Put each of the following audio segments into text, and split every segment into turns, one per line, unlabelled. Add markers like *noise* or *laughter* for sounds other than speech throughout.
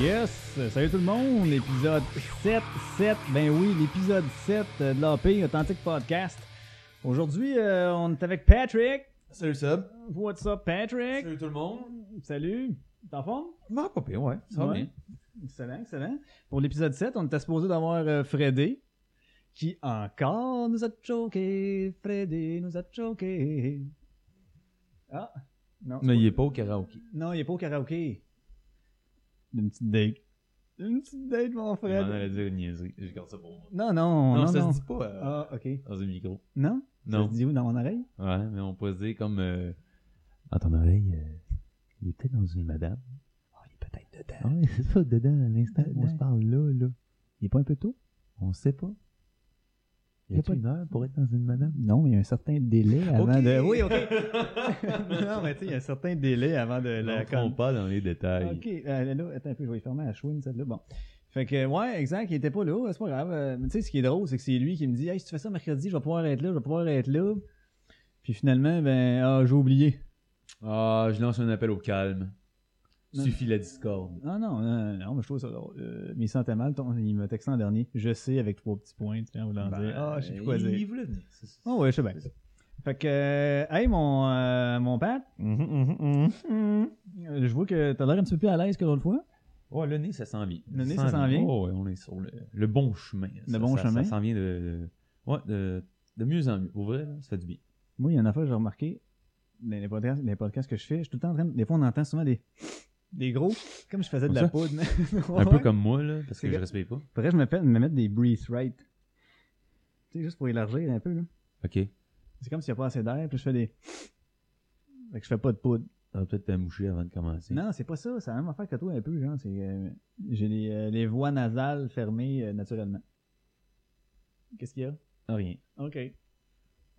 Yes, salut tout le monde, épisode 7, 7, ben oui, l'épisode 7 de l'AP, Authentique Podcast. Aujourd'hui, euh, on est avec Patrick.
Salut Seb.
What's up, Patrick?
Salut tout le monde.
Salut, t'es en forme?
Bah, pas pire, ouais. Ça va
Ouais.
bien.
Excellent, excellent. Pour l'épisode 7, on était supposé d'avoir euh, Freddy, qui encore nous a choqué. Freddy nous a choqué. Ah, non. c'est
Mais il est pas au karaoké.
Non, il est pas au karaoké. Une petite date. Une petite date, mon
On allait
frère.
dire une niaiserie. Je garde ça pour moi.
Non, non, non,
non, ça
non.
se dit pas euh,
Ah, ok.
dans un micro.
Non? Ça
Non.
se dit où dans mon oreille?
Ouais, mais on peut se dire comme. euh, Dans ton oreille, euh, il est peut-être dans une madame.
Oh, il est peut-être dedans.
Ah ouais, c'est ça, dedans, à l'instant où on
Dedans.
se parle là, là.
Il est pas un peu tôt?
On sait pas. Y
Y a
a
pas-
pas une heure pour être dans une madame?
Non, mais il y a un certain délai avant
Ok.
de. *laughs*
*laughs*
Oui, ok. non, mais tu sais, il y a un certain délai avant de la
N'entrons pas dans les détails.
Ok, euh, là, attends un peu, je vais fermer la chouine, celle-là. Bon. Fait que, ouais, exact, il était pas là, c'est pas grave. Euh, mais tu sais, ce qui est drôle, c'est que c'est lui qui me dit Hey, si tu fais ça mercredi, je vais pouvoir être là, je vais pouvoir être là. Puis finalement, ben, ah, j'ai oublié.
Ah, je lance un appel au calme.
Non.
Suffit la discorde.
Non, Ah, non, non, non, mais je trouve ça drôle. Euh, mais il sentait mal, ton- il m'a texté en dernier. Je sais, avec trois petits points, tu sais, en voulant dire Ah, je sais plus quoi
Ben, il-
dire.
Il voulait venir. c'est- c'est-
Oh, ouais, je sais bien. Fait que, euh, hey, mon, euh, mon Pat,
Mhm, mhm, mhm. mm-hmm.
euh, je vois que t'as l'air un petit peu plus à l'aise que l'autre fois.
Ouais, le nez, ça s'en vient.
Le nez, ça s'en vient.
Oh, ouais, on est sur le, le bon chemin.
Le
Ça-
bon
ça-
chemin.
Ça s'en vient de, de- ouais, de, de mieux en mieux. Au vrai, là, ça fait du bien.
Moi, il y en a une affaire que j'ai remarqué dans les podcasts, les podcasts que je fais. Je suis tout le temps en train. de- Des fois, on entend souvent des, des gros, comme je faisais de
Comme
la
ça?
poudre. *laughs*
Un peu comme moi, là, parce
C'est
que je
que-
respecte pas.
Faudrait que je me, fasse- me mettre des breathe right. Tu sais, juste pour élargir un peu. là.
OK.
C'est comme s'il n'y a pas assez d'air, puis je fais des. Fait que je fais pas de poudre.
On va peut-être te moucher avant de commencer.
Non, c'est pas ça. C'est la même affaire que toi un peu, genre. C'est, euh, j'ai les, euh, les voies nasales fermées euh, naturellement. Qu'est-ce qu'il y a?
Ah, rien.
OK.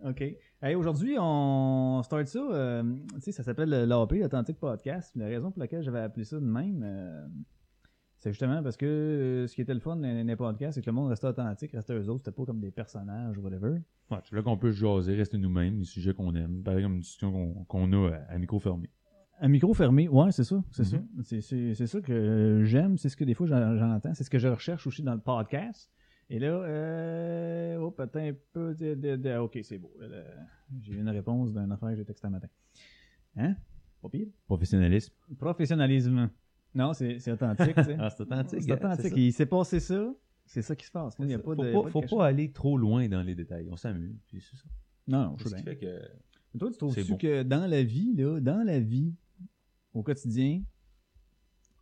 OK. Hey, aujourd'hui, on start ça. euh, tu sais, ça s'appelle l'AP, l'Authentic Podcast. Puis La raison pour laquelle j'avais appelé ça de même, euh, c'est justement parce que euh, ce qui était le fun des des podcasts, c'est que le monde restait authentique, restait eux autres. C'était pas comme des personnages ou whatever.
Ouais, c'est là qu'on peut jaser, rester nous-mêmes, les sujets qu'on aime. Pareil comme une discussion qu'on- qu'on a à, à micro fermé.
Un micro fermé, ouais, c'est ça. C'est
Mhm.
ça. C'est- C'est c'est ça que euh, j'aime. C'est ce que des fois j'en- j'entends. C'est ce que je recherche aussi dans le podcast. Et là, euh, oh, attends un peu. de- de- de- ok, c'est beau. Là, J'ai eu une réponse d'une affaire que j'ai textée un matin. Hein? Pas pire?
Professionnalisme.
Professionnalisme. Non, c'est c'est authentique, tu
*laughs*
sais.
Ah, c'est
C'est authentique. Il s'est passé ça. C'est ça qui se passe. là. Il y a pas
faut
de-
pas,
pas de
faut
cachet.
pas aller trop loin dans les détails. On s'amuse. puis C'est ça.
Non, non, je
C'est
sais
ce
bien.
qui fait que.
Mais Toi, tu trouves-tu
C'est bon.
que dans la vie, là, dans la vie, au quotidien,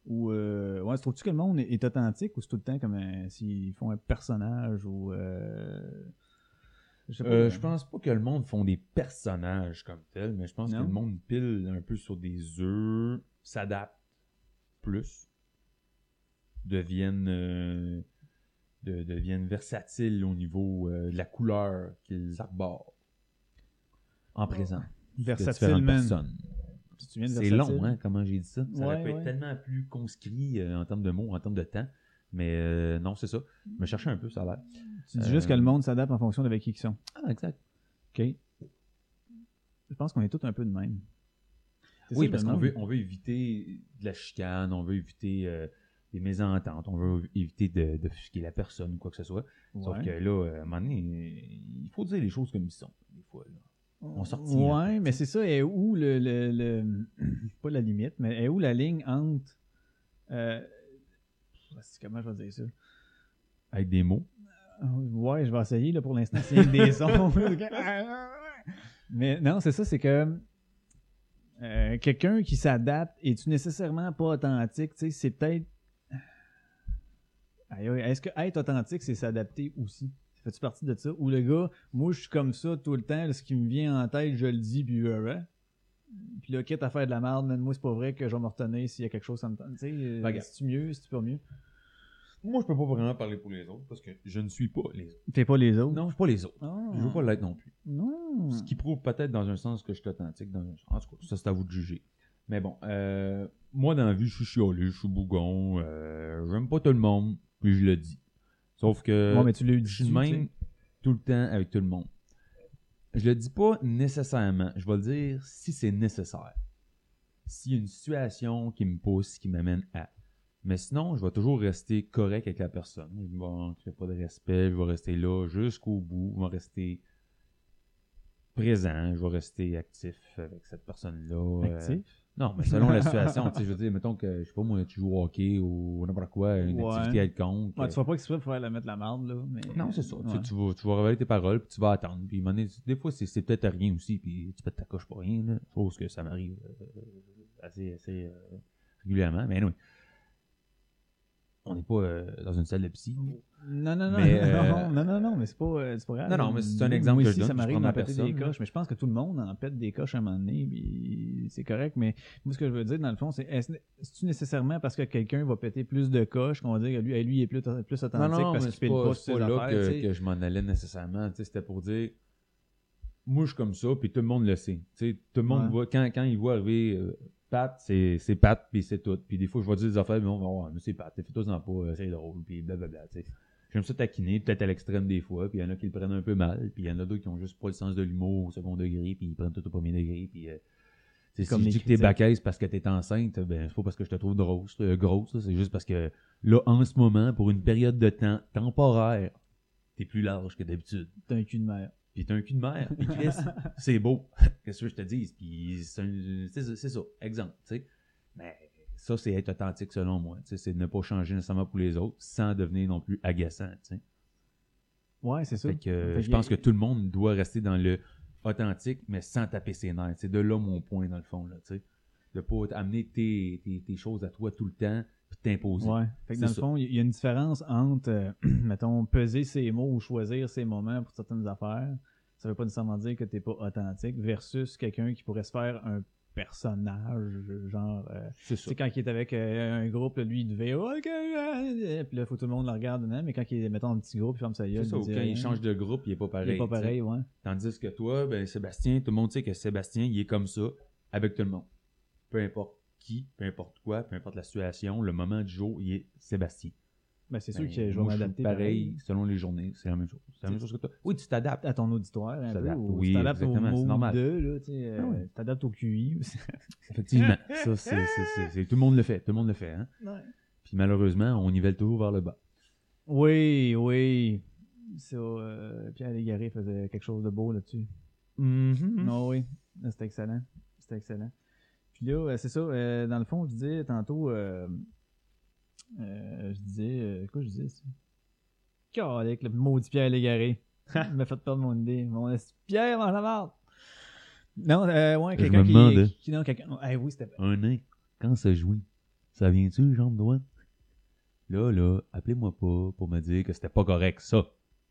ou euh, ouais, tu trouves-tu que le monde est, est authentique ou c'est tout le temps comme un- s'ils font un personnage ou euh, je sais pas.
Euh, je pense pas que le monde font des personnages comme tels, mais je pense
Non.
que le monde pile un peu sur des œufs, s'adapte plus, deviennent, euh, de- deviennent versatiles au niveau euh, de la couleur qu'ils arborent en présent.
Ah. versatile man.
personnes.
Si tu viens de
C'est
versatile.
long, hein, comment j'ai dit ça. Ça aurait
Ouais,
pu être
ouais.
tellement plus conscrit euh, en termes de mots, en termes de temps. Mais euh, non, c'est ça. Je me cherchais un peu, ça a l'air.
Tu dis juste
Euh,
que le monde s'adapte en fonction d'avec qui ils sont.
Ah, exact.
OK. Je pense qu'on est tous un peu de même. C'est
Oui, ben
ça,
parce
le
qu'on
monde.
veut, on veut éviter de la chicane, on veut éviter euh, des mésententes, on veut éviter de, de fusquer la personne ou quoi que ce soit. Sauf
Ouais.
que là, euh, à un moment donné, euh, il faut dire les choses comme ils sont, des fois. là. on sortit, là.
Ouais, mais c'est ça. Et où le, le- le- *clears throat* pas la limite, mais est où la ligne entre euh, comment je vais dire ça
Avec des mots.
Ouais, je vais essayer là pour l'instant. C'est des *laughs* sons. mais non, c'est ça. C'est que euh, quelqu'un qui s'adapte est-tu nécessairement pas authentique Tu sais, c'est peut-être. Aïe, aïe, Est-ce que être authentique, c'est s'adapter aussi Fais-tu partie de ça Ou le gars, moi, je suis comme ça tout le temps. là, ce qui me vient en tête, je le dis, puis euh, hein. Puis là, quitte à faire de la merde, man, moi, c'est pas vrai que je vais me retenir s'il y a quelque chose, ça me tente. Tu sais,
Ben,
euh,
gars.
si tu mieux, si tu peux mieux.
Moi, je peux pas vraiment parler pour les autres parce que je ne suis pas les autres.
T'es pas les autres.
Non, je suis pas les autres.
Ah.
Je veux pas l'être non plus.
Non.
Ce qui prouve peut-être dans un sens que je suis authentique. Dans un... En tout cas, ça, c'est à vous de juger. Mais bon, euh, moi, dans la vie, je suis chiolé, je suis bougon, euh, j'aime pas tout le monde, puis je le dis. Sauf que...
Ouais, mais tu l'as eu
Euh, Je suis
dit,
de
tu sais.
même tout le temps avec tout le monde. Je le dis pas nécessairement. Je vais le dire si c'est nécessaire. S'il y a une situation qui me pousse, qui m'amène à. Mais sinon, je vais toujours rester correct avec la personne. Je ne manquerai pas de respect, je vais rester là jusqu'au bout, je vais rester présent, je vais rester actif avec cette personne-là. euh,
Actif.
non, mais
*laughs*
selon la situation, tu sais, je veux dire, mettons que, je sais pas moi, tu joues au hockey ou n'importe quoi, une
Ouais.
activité quelconque.
Ouais, tu vas pas exprès pour aller la mettre la marde, là. Mais...
euh, Non, c'est ça. Tu-
Ouais.
Tu, vas, tu vas révéler tes paroles, puis tu vas attendre. Puis, à un moment donné, des fois, c'est, c'est peut-être à rien aussi, puis tu pètes ta coche pour rien. Là. Chose que ça m'arrive euh, assez, assez euh, régulièrement. Mais oui. On n'est pas euh, dans une salle de psy.
Non, *laughs* non, non,
Mais, euh,
non, non, non, non, mais c'est pas, euh, c'est pas grave.
Non, non, mais c'est un
Moi
exemple que
aussi,
je donne,
ça
je
m'arrive
prends ma
d'en péter des
personne, là.
coches, mais je pense que tout le monde en pète des coches à un moment donné, puis c'est correct. Mais moi, ce que je veux dire, dans le fond, c'est est-ce c'est-tu nécessairement parce que quelqu'un va péter plus de coches qu'on va dire que lui, hey, lui il est plus, plus authentique parce
mais
qu'il pile pas, sur
c'est
ses
pas là
affaires, tu
que,
sais.
que je m'en allais nécessairement. Tu sais, C'était pour dire, moi, je suis comme ça, puis tout le monde le sait. Tu sais, tout le monde
Ouais.
voit, quand, quand il voit arriver euh, Pat, c'est c'est Pat, puis c'est tout. Puis des fois, je vais dire des affaires, mais on va voir, Ah, mais c'est Pat, tu sais, fais-toi-en pas, euh, c'est drôle, puis blablabla. tu sais. J'aime ça taquiner, peut-être à l'extrême des fois, puis il y en a qui le prennent un peu mal, puis il y en a d'autres qui ont juste pas le sens de l'humour au second degré, puis ils prennent tout au premier degré, puis. euh, tu sais,
Comme
si je
les
dis que t'es
critiques.
baquaise parce que t'es enceinte, ben c'est pas parce que je te trouve grosse, euh, grosse, là, c'est juste parce que Là, en ce moment, pour une période de temps temporaire, t'es plus large que d'habitude.
T'as un cul de mer.
Puis t'as un cul de mer. Puis Chris,
*laughs*
c'est beau. *laughs* Qu'est-ce que je te dis? Puis c'est un- c'est ça- c'est ça. Exemple, tu sais. Mais ça, c'est être authentique selon moi. Tu sais, c'est de ne pas changer nécessairement pour les autres sans devenir non plus agaçant, tu sais.
Ouais, c'est ça.
Fait que euh,
Fait
je
que-
pense que tout le monde doit rester dans le authentique, mais sans taper ses nerfs. C'est de là mon point, dans le fond, là, tu sais. De pas amener tes, tes, tes choses à toi tout le temps, puis t'imposer.
Ouais. Fait que dans
C'est
le
ça.
fond, il y a une différence entre, euh, *clears throat* mettons, peser ses mots ou choisir ses moments pour certaines affaires. Ça veut pas nécessairement dire que t'es pas authentique versus quelqu'un qui pourrait se faire un personnage, genre, euh,
C'est
tu
ça.
sais, quand il est avec euh, un groupe, là, lui, il devait, Oh, OK, euh, puis là, faut que tout le monde le regarde, non? mais quand il est, mettons, un petit groupe, il ferme sa gueule,
C'est ça,
il
ou
dit
quand
rien.
il change de groupe, il est pas
Il
pareil.
est pas
tu sais.
pareil, ouais.
Tandis que toi, ben, Sébastien, tout le monde sait que Sébastien, il est comme ça avec tout le monde. Peu importe qui, peu importe quoi, peu importe la situation, le moment du jour, il est Sébastien.
Ben, c'est sûr
Ben,
que je vais
moi, suis
m'adapter
Pareil, selon les journées, c'est la même chose. C'est la même chose que toi.
*laughs*
Oui, tu t'adaptes.
à ton auditoire un
Tu
peu,
t'adaptes,
ou
oui,
tu t'adaptes au
exactement, c'est
mot
normal.
de, là, tu sais, euh,
Ah ouais.
t'adaptes au QI.
Effectivement. ça, c'est, c'est- c'est- c'est- tout le monde le fait. Tout le monde le fait. Hein?
*laughs* Ouais.
Puis malheureusement, on nivelle toujours vers le bas.
Oui, oui. Ça, euh, Pierre Légaré faisait quelque chose de beau là-dessus.
Mm-hmm.
Non, oui. C'était excellent. C'était excellent. Puis là, euh, c'est ça. euh, dans le fond, je disais tantôt. euh, euh, je disais. euh, quoi je disais ça? Calique, le maudit Pierre Légaré. Il m'a fait perdre mon idée. Mon esti de Pierre dans la marde. Non, euh, ouais,
Je
quelqu'un
me
qui,
demande.
qui- Non, quelqu'un. Eh oui, c'était.
Un nain, quand ça jouit, ça vient-tu, Jean de Douane? Là, là, appelez-moi pas pour me dire que c'était pas correct, ça.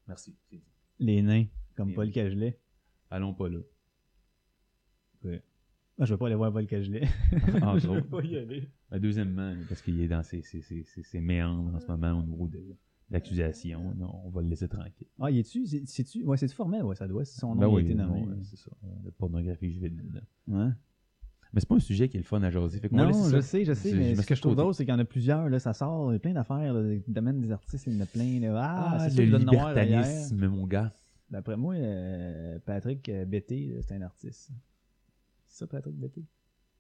Merci. c'est dit.
Les nains, comme
Les
Paul
nains.
Cagelet.
Allons pas là.
Moi, Ah, je veux pas aller voir Paul Cagelet. *laughs*
Entre
je veux
autres.
pas y aller.
Euh, Deuxièmement, parce qu'il est dans ses, ses, ses, ses- ses méandres en ce moment au niveau de l'accusation, on va le laisser tranquille.
Ah, y est-tu? c'est- C'est-tu? Ouais, c'est-tu formel? Ouais, ça doit. c'est Son
Ben
nom hein. a
oui,
été
non,
nommé.
ouais, c'est ça, euh, la pornographie juvénile. là.
Ouais.
Mais c'est pas un sujet qui est le fun à jaser. Fait qu'on va
Non,
laisser
je
ça.
sais, je sais,
Je- je
mais
me
ce que
suis
je trouve
côté.
drôle, c'est qu'il y en a plusieurs, là, ça sort, il y a plein d'affaires, là, le domaine des artistes, il y en a plein, là. Ah,
Ah,
c'est
le
sûr, le noir derrière.
libertanisme, mon gars.
D'après moi, euh, Patrick euh, Bété, là, c'est un artiste. C'est ça, Patrick Bété?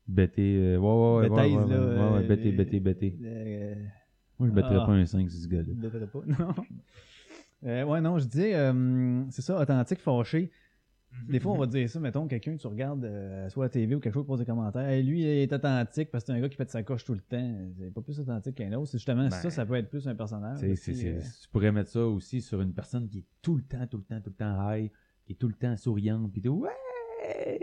Bêté, euh, ouais, ouais, ouais, ouais,
Bêtaise,
ouais,
là,
ouais, ouais,
euh,
bêté,
les-
bêté, bêté.
Euh,
Moi, je battrais
Ah.
pas un 5 sur ce gars-là.
ne le pas, *laughs* non. Euh, ouais, non, je disais, euh, c'est ça, authentique, fâché. Mhm. Des fois, on
Mm-hmm.
va dire ça, mettons, quelqu'un, tu regardes euh, soit à la TV ou quelque chose, pose des commentaires. Hey, lui, il est authentique parce que c'est un gars qui fait de sa coche tout le temps. C'est pas plus authentique qu'un autre. C'est justement
Ben,
ça, ça peut être plus un personnage.
C'est-
aussi,
c'est- c'est-
euh.
Tu pourrais mettre ça aussi sur une personne qui est tout le temps, tout le temps, tout le temps high, qui est tout le temps souriante, puis t'es ouais!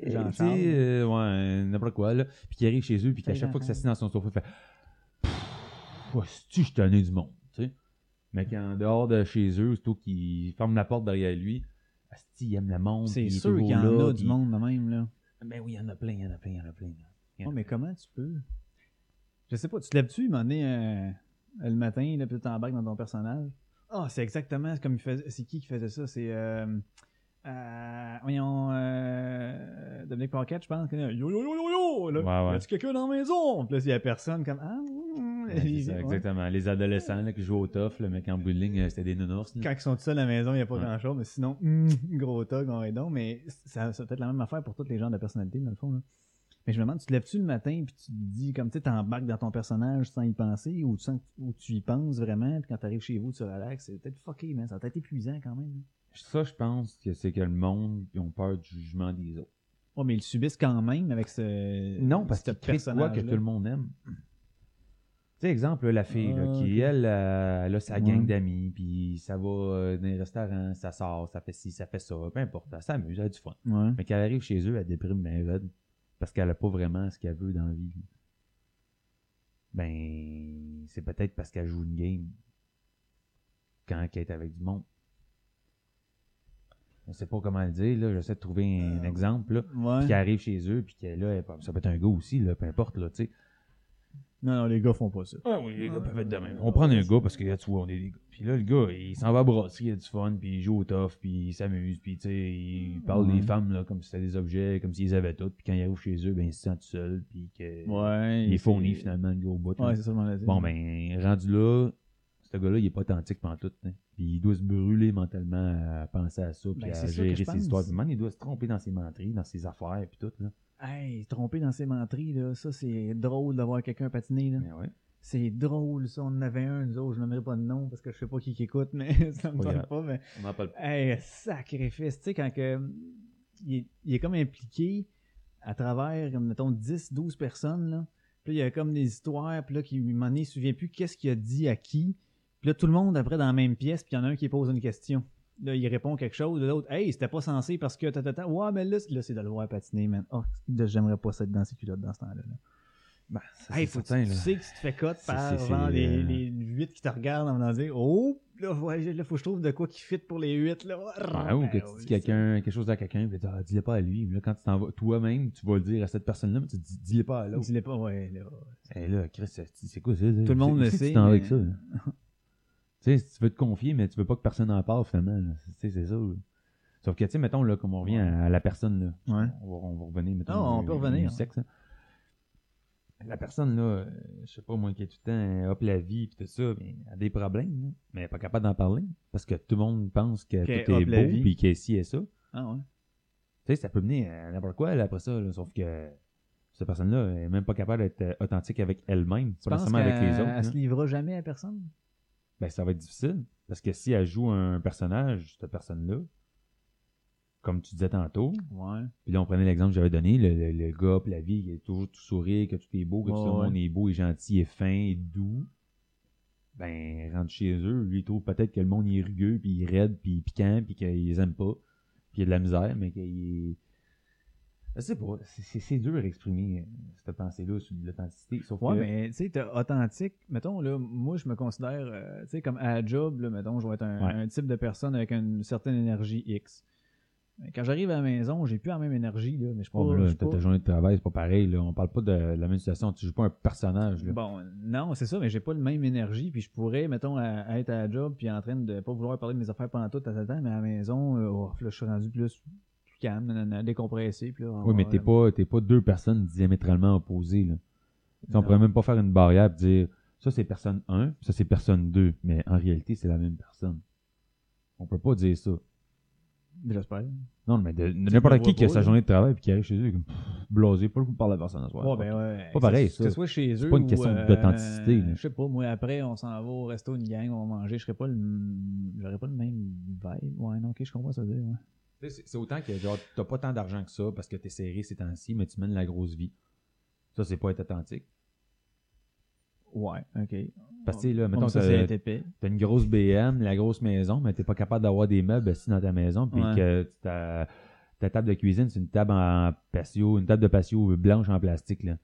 Jean-Charles.
Tu sais, euh, ouais, n'importe quoi, là. Puis qui arrive chez eux, puis qu'à
Hey,
chaque fois que
Jean-Charles.
s'assied dans son sofa, il fait Pfff, ouais, si je suis tanné du monde, tu sais. Mais qu'en dehors de chez eux, surtout qu'il ferme la porte derrière lui, asti, il aime le monde. puis
C'est
il est
sûr qu'il y
toujours
en
là,
a
puis-
du monde de même, là.
Ben oui, il y en a plein, il y en a plein, il y en a
*laughs*
plein. là. Il y en
Oh,
a
mais
plein.
comment tu peux? Je sais pas, tu te lèves-tu, m'en est euh, le matin, là, puis tu t'embarques dans ton personnage? Ah, c'est exactement comme il faisait. C'est qui qui faisait ça? C'est. Euh, euh, voyons, euh, Dominique Paquette, je pense. que, là, Yo, yo, yo, yo, yo! Là,
Ouais, ouais.
Y a-tu quelqu'un dans la maison? Puis là, il y a personne comme. Ah, mm,
Ouais, c'est ça,
ouais.
exactement. Les adolescents là, qui jouent au tough, le mec en bout de ligne, euh, c'était des nounours. là.
Quand ils sont tout seuls à la maison, il n'y a pas
Ouais.
grand-chose, mais sinon, *laughs* hum, gros tog, on est donc. Mais ça, ça peut être la même affaire pour tous les genres de personnalités, dans le fond. là. Mais Mais je me demande, tu te lèves-tu le matin puis tu te dis, comme tu sais, t'embarques dans ton personnage sans y penser ou tu, sens que- ou tu y penses vraiment puis quand t'arrives chez vous, tu relaxes. C'est peut-être fucké, mais ça va être épuisant quand même. hein.
Ça, je pense que c'est que le monde, ils ont peur du jugement des autres.
Ouais, mais ils le subissent quand même avec ce.
Non, parce que
Euh, ce
tu quoi que tout le monde aime. *clears throat* Tu sais, exemple, là, la fille, là,
Ah,
qui,
ok.
elle, euh, elle a sa gang
Ouais.
d'amis, puis ça va euh, dans les restaurants, ça sort, ça fait ci, ça fait ça, peu importe, elle s'amuse, elle a du fun.
Ouais.
Mais qu'elle arrive chez eux, elle déprime bien raide, parce qu'elle a pas vraiment ce qu'elle veut dans la vie. Ben, c'est peut-être parce qu'elle joue une game quand elle est avec du monde. Je sais pas comment le dire, là, j'essaie de trouver
Euh,
un exemple, là
Ouais.
puis qui arrive chez eux, puis qu'elle là, elle- ça peut être un gars aussi, là, peu importe, là, tu sais.
Non, non, les gars font pas ça.
Ah oui, les
gars peuvent être de même.
On prend un gars parce que, là, tu vois, on est des gars. Puis là, le gars, il s'en va à brasserie, il a du fun, puis il joue au tough, puis il s'amuse, puis tu sais, il parle
Mm. Ouais.
des femmes, là, comme si c'était des objets, comme s'ils avaient tout, puis quand il arrive chez eux, ben, il se sent tout seul, puis que...
Ouais.
Il est fourni,
c'est-
finalement, le gars au bout. là.
Ouais, c'est ça, je m'en allais dire.
bon, ben, rendu là, ce gars-là, il est pas authentique pantoute, hein. Puis il doit se brûler mentalement à penser à ça, puis
Ben,
à
c'est ça que
gérer
je
ses
pense.
histoires. Puis, man, il doit se tromper dans ses menteries, dans ses affaires, puis tout, là.
Hey, tromper dans ses menteries, là, ça, c'est drôle d'avoir quelqu'un patiner, là.
Mais ouais.
C'est drôle, ça. On en avait un, nous autres. Je nommerai pas de nom parce que je sais pas qui, qui écoute, mais *laughs* ça me
Pas
parle
grave.
pas. Mais,
On n'en parle
hey, sacrifice. Tu sais, quand que, euh, il, est, il est comme impliqué à travers, comme, mettons, 10, 12 personnes, là. Puis là, il y a comme des histoires, puis là, qui m'en est, il se souvient plus qu'est-ce qu'il a dit à qui. Puis là, tout le monde, après, dans la même pièce, puis il y en a un qui pose une question. Là, il répond quelque chose, l'autre, hey, c'était pas censé parce que, ta, ta, ta. Ouais, mais là, c'est- là, c'est de le voir patiner, man. Oh, j'aimerais pas ça être dans ces culottes dans ce temps-là. là
Ben, ça,
Hey,
c'est
faut que
certain,
tu, tu
là.
sais que tu te fais cote
C'est-
par
c'est-
genre,
c'est,
les,
euh,
les 8 qui te regardent en me dire Oh, là, ouais, là, faut que je trouve de quoi qui fit pour les 8. Là.
Ouais,
ben
ou que tu dis quelqu'un, quelque chose à quelqu'un, puis tu dis, ah, dis-le pas à lui. Mais là, quand tu t'en vas, toi-même, tu vas le dire à cette personne-là, mais tu dis, dis-le pas à l'autre.
Tu l'es pas, ouais, là.
Et là, Chris, c'est c'est quoi ça? Tout
le monde le
Tu
sait,
t'en vas
mais-
avec ça,
*laughs*
là? Tu sais, si tu veux te confier, mais tu veux pas que personne en parle, finalement. là. Tu sais, c'est ça. là. Sauf que, tu sais, mettons, là, comme on revient à la personne, là,
Ouais.
on va, on va revenir, mettons.
Ah, on peut
au- au
revenir.
sexe, hein. La personne, là, euh, je sais pas, moi, qui est tout le temps hop la vie puis tout ça, mais elle a des problèmes, là, mais elle est pas capable d'en parler. Parce que tout le monde pense que
Qu'elle
tout est
hoppe la vie.
beau, puis qu'elle est ci et ça.
Ah, ouais.
Tu sais, ça peut mener à n'importe quoi, là, après ça, là, sauf que cette personne-là est même pas capable d'être euh, authentique avec elle-même,
Tu
pas
penses
nécessairement avec les
qu'elle-
autres.
Elle se
là.
livrera jamais à personne
Ben, ça va être difficile, parce que si elle joue un personnage, cette personne-là, comme tu disais tantôt,
Ouais.
puis là, on prenait l'exemple que j'avais donné, le, le- le gars, puis la vie, il est toujours tout sourire, que tout est beau, que
Ouais,
tout le monde
ouais.
est beau, et gentil, et fin, et doux. Ben, rentre chez eux, lui, il trouve peut-être que le monde il est rugueux, puis il est raide, puis il est piquant, puis qu'ils les aiment pas, puis il y a de la misère, mais qu'il est... Je sais pas, c'est- c'est c'est dur à exprimer euh, cette pensée-là sur l'authenticité, sauf
Ouais,
que...
mais tu sais, t'es authentique. Mettons, là, moi, je me considère, euh, tu sais, comme à la job, là, mettons, je vais être un,
Ouais.
un type de personne avec une certaine énergie X. Mais Quand j'arrive à la maison, j'ai plus la même énergie, là, mais je
Bon,
pense
Oh, là, t'as ta journée de travail, c'est pas pareil, là. On parle pas de, de la même situation, tu joues pas un personnage, là.
Bon, non, c'est ça, mais j'ai pas le même énergie, puis je pourrais, mettons, à- à être à la job, puis en train de pas vouloir parler de mes affaires pendant tout, ta, ta, ta, mais à la maison, euh, oh, là, je suis rendu plus, plus calme, nanana, décompressé, puis là...
Oui, mais t'es pas, t'es pas deux personnes diamétralement opposées. Là.
euh,
Tu sais, On pourrait même pas faire une barrière et dire ça c'est personne 1, ça c'est personne 2, mais en réalité c'est la même personne. On peut pas dire ça.
J'espère.
Non, mais de, de
le
n'importe
vois
qui qui a
pas,
sa
là.
journée de travail puis qui arrive chez eux, comme pff, blasé, pas le coup de parler à personne à soir.
Ouais, ben ouais.
Pas pareil,
Que ce-
ça.
Que ce soit chez eux.
pas une
ou,
question
euh,
d'authenticité, là.
Je sais pas, moi, après, on s'en va au resto, une gang, on va manger, je serais pas le. m- J'aurais pas le même vibe. Ouais, non, ok, je comprends ça, veut dire, ouais.
Tu sais, C'est c'est autant que genre t'as pas tant d'argent que ça parce que t'es serré ces temps-ci, mais tu mènes la grosse vie. Ça, c'est pas être authentique.
Ouais, ok.
Parce que tu sais, là, mettons,
Comme ça,
t'as-
c'est épais.
T'as une grosse BM, la grosse maison, mais t'es pas capable d'avoir des meubles assis dans ta maison, puis
Ouais.
que ta, ta table de cuisine, c'est une table en patio, une table de patio blanche en plastique, là.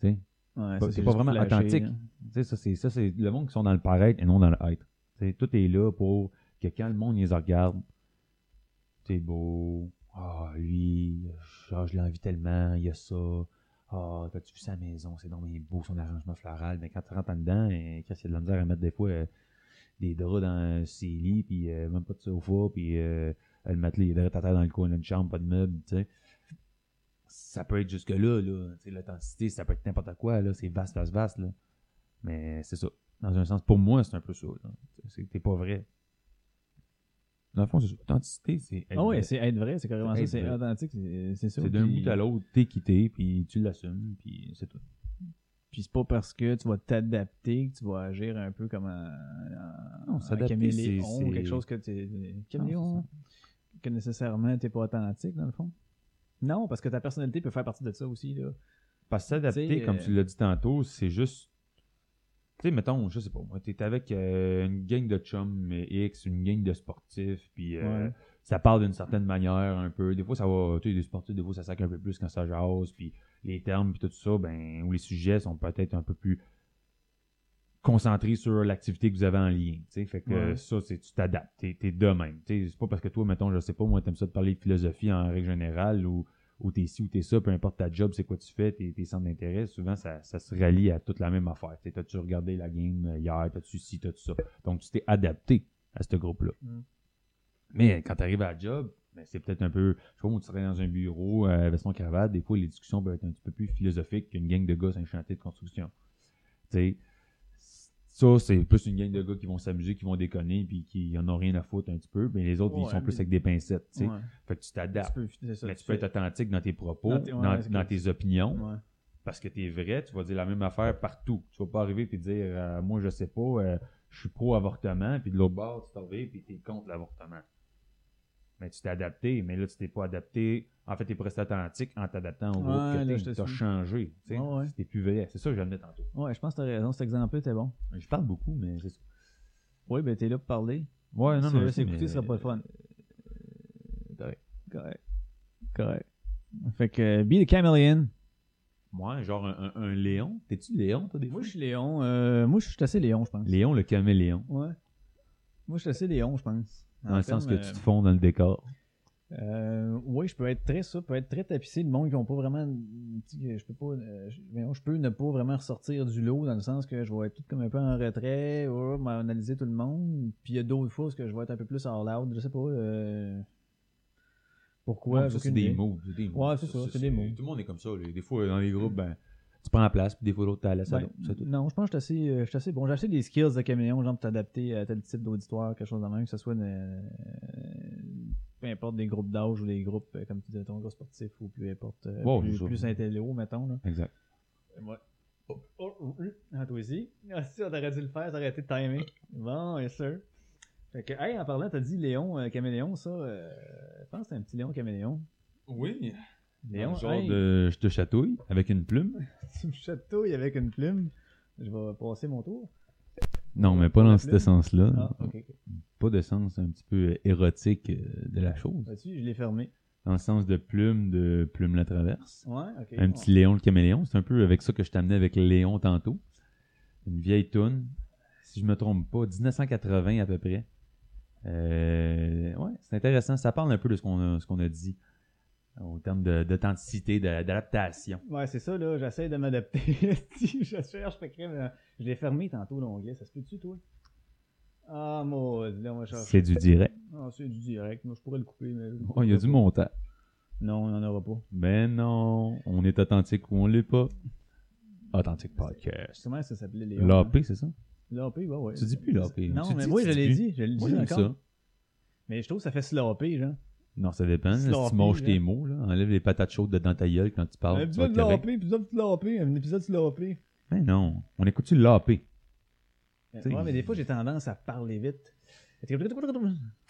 Tu sais,
Ouais,
pas-
ça,
t'es
c'est
pas
juste
vraiment
flashé,
authentique.
là.
Tu sais, ça, c'est, ça, c'est le monde qui sont dans le paraître et non dans le être. Tu sais, tout est là pour que quand le monde les regarde, t'es beau, ah, lui, ah, je l'envie tellement, il y a ça, ah, t'as-tu vu sa maison, c'est donc bien beau, son arrangement floral, mais quand tu rentres en dedans, et quand il y a de la misère à mettre des fois euh, des draps dans ses lits, puis euh, même pas de sofa, puis euh, le matelas, il est derrière ta terre dans le coin d'une chambre, pas de meuble, tu sais. Ça peut être jusque-là, là, tu sais, l'authenticité, ça peut être n'importe quoi, là, c'est vaste, vaste, vaste, là. Mais c'est ça. Dans un sens, pour moi, c'est un peu ça. là. C'est que t'es pas vrai. Dans le fond, c'est ça. Authenticité, c'est.
Ah ouais, c'est être vrai, c'est carrément
C'est
ça,
être
c'est
vrai.
authentique, c'est c'est ça.
C'est d'un
puis-
bout à l'autre, t'es quitté, puis tu l'assumes, puis c'est tout.
Puis c'est pas parce que tu vas t'adapter que tu vas agir un peu comme un, un-
Non,
un
s'adapter,
caméléon
c'est-
ou
c'est-
quelque chose que tu caméléon
Non,
que nécessairement t'es pas authentique dans le fond. Non, parce que ta personnalité peut faire partie de ça aussi là.
Parce que s'adapter,
T'sais,
comme
euh,
tu l'as dit tantôt, c'est juste. Tu sais, mettons, je sais pas, moi, t'es avec euh, une gang de chums euh, X, une gang de sportifs, puis euh,
Ouais.
ça parle d'une certaine manière un peu. Des fois, ça va, tu sais, des sportifs, des fois, ça sac un peu plus quand ça jase, puis les termes, puis tout ça, ben, ou les sujets sont peut-être un peu plus concentrés sur l'activité que vous avez en lien. Tu sais, fait que
Ouais.
euh, ça, c'est tu t'adaptes, t'es, t'es de même. Tu sais, c'est pas parce que toi, mettons, je sais pas, moi, t'aimes ça de parler de philosophie en règle générale, ou ou t'es ci ou t'es ça, peu importe ta job, c'est quoi tu fais, tes, tes centres d'intérêt, souvent ça, ça se rallie à toute la même affaire. T'sais, T'as-tu regardé la game hier, t'as-tu ci, t'as-tu ça. Donc tu t'es adapté à ce groupe-là.
Mm.
Mais quand t'arrives à la job, ben, c'est peut-être un peu, je sais pas, tu serais dans un bureau, euh, veston cravate, des fois les discussions peuvent être un petit peu plus philosophiques qu'une gang de gars enchantés de construction. T'sais, ça, c'est plus une gang de gars qui vont s'amuser, qui vont déconner, puis qui en ont rien à foutre un petit peu, mais les autres, ils
Ouais,
sont plus
mais-
avec des pincettes. t'sais.
Ouais.
Fait que tu
Tu
t'adaptes.
peux, c'est ça,
Mais tu peux être
fais-
authentique dans tes propos, dans,
Dans tes- ouais, ouais, c'est
dans
correct.
tes opinions,
Ouais.
parce que t'es vrai, tu vas dire la même affaire partout. Tu vas pas arriver puis dire euh, moi je sais pas, euh, je suis pro avortement, puis de l'autre bord tu t'en reviens puis t'es contre l'avortement. Mais tu t'es adapté, mais là tu t'es pas adapté. En fait, t'es pas resté authentique en t'adaptant au groupe
Ouais, là,
que
je te
t'es. T'as
suis.
changé, tu sais.
Ouais, ouais.
T'es plus vrai. C'est ça que j'admets tantôt.
Ouais, je pense que t'as raison, cet exemple était bon.
Je parle beaucoup, mais c'est ça.
Oui, ben t'es là pour parler.
Ouais, non,
Se
non. je
laisser
sais,
écouter
mais- Euh,
serait pas le fun.
correct.
Correct. Correct. Fait que Be the Chameleon.
Ouais, genre un, un- un Léon. T'es-tu Léon, toi, des fois?
Moi je suis Léon. euh, moi je suis assez Léon, je pense.
Léon, le caméléon.
Ouais. Moi je suis assez Léon, je pense.
Dans
En
le sens que
termes,
tu
euh,
te fonds dans le décor.
Euh, oui, je peux être très ça, peut être très tapissé. Le monde qui n'ont pas vraiment. tu sais, Je peux pas. euh, je, mais non, je peux ne pas vraiment ressortir du lot dans le sens que je vais être tout comme un peu en retrait, ouais, m'analyser tout le monde. Puis il y a d'autres fois où est-ce que je vais être un peu plus all out, je sais pas. euh, pourquoi
Ouais, ça, c'est
aucune
des
idée.
mots. c'est des mots.
Ouais, c'est ça, c'est des mots.
Tout le monde est comme ça. là. Des fois, dans les groupes, ben, tu prends la place, puis des fois, l'autre, t'as la laisse à
Ben,
l'autre. C'est tout.
non, je pense que je suis assez, euh, je suis assez bon. J'ai acheté des skills de caméléon, genre pour t'adapter à tel type d'auditoire, quelque chose de même, que ce soit une, euh, peu importe des groupes d'âge ou des groupes, euh, comme tu disais, ton groupe sportif ou plus importe, euh,
Ouais, c'est
plus,
ça.
plus intello, mettons. Là.
Exact.
Moi. Oh, oh, oh, oh. Ah, toi aussi. Ah, si, on aurait dû le faire, ça aurait été timé. Bon, yes sir. Fait que, hey, en parlant, t'as dit Léon, euh, caméléon, ça. euh, je pense que c'est un petit Léon caméléon.
Oui.
Léon,
genre
hey,
de je te chatouille avec une plume.
*laughs* tu me chatouilles avec une plume. Je vais passer mon tour.
Non, mais
Pour
pas
la
dans cet
plume.
sens-là.
Ah, ok. ok.
Pas de sens un petit peu euh, érotique euh, de la chose.
Vois-tu, je l'ai fermé.
Dans le sens de plume, de plume la traverse.
Ouais, ok.
Un petit Léon le caméléon. C'est un peu avec ça que je t'amenais avec Léon tantôt. Une vieille toune. Si je me trompe pas, 1980 à peu près. Euh, ouais, c'est intéressant. Ça parle un peu de ce qu'on a, ce qu'on a dit euh, au terme de- d'authenticité, de- d'adaptation.
Ouais, c'est ça, là. J'essaie de m'adapter. *laughs* Si je cherche, fait que, euh, je l'ai fermé tantôt, l'onglet. Ça se peut-tu, toi? Ah, maudit, là, on va chercher.
C'est
*laughs*
du direct.
Ah, c'est du direct. Moi, je pourrais le couper, mais.
Oh, il y a du montant.
Non, il n'y en aura pas.
Mais non, on est authentique ou on l'est pas. Authentique podcast.
Comment ça s'appelait les
L'AP, c'est ça?
L'AP, ouais, ouais.
Tu dis plus l'AP.
Non,
hein. Tu
mais
dis-
moi,
tu
je
dis
l'ai
plus.
dit. Je le
Moi,
dis
j'aime
encore.
ça.
Mais je trouve que ça fait slapé, genre.
Non, ça dépend. Si
Sloppy,
tu manges
là.
tes mots, là, enlève les patates chaudes de dans ta gueule quand Ah, tu parles.
un
tu vas
épisode
être correct.
slapé, épisode slapé, un épisode slapé.
Mais non, on écoute-tu l'AP?
Ouais,
Tu sais,
mais des fois, j'ai tendance à parler vite.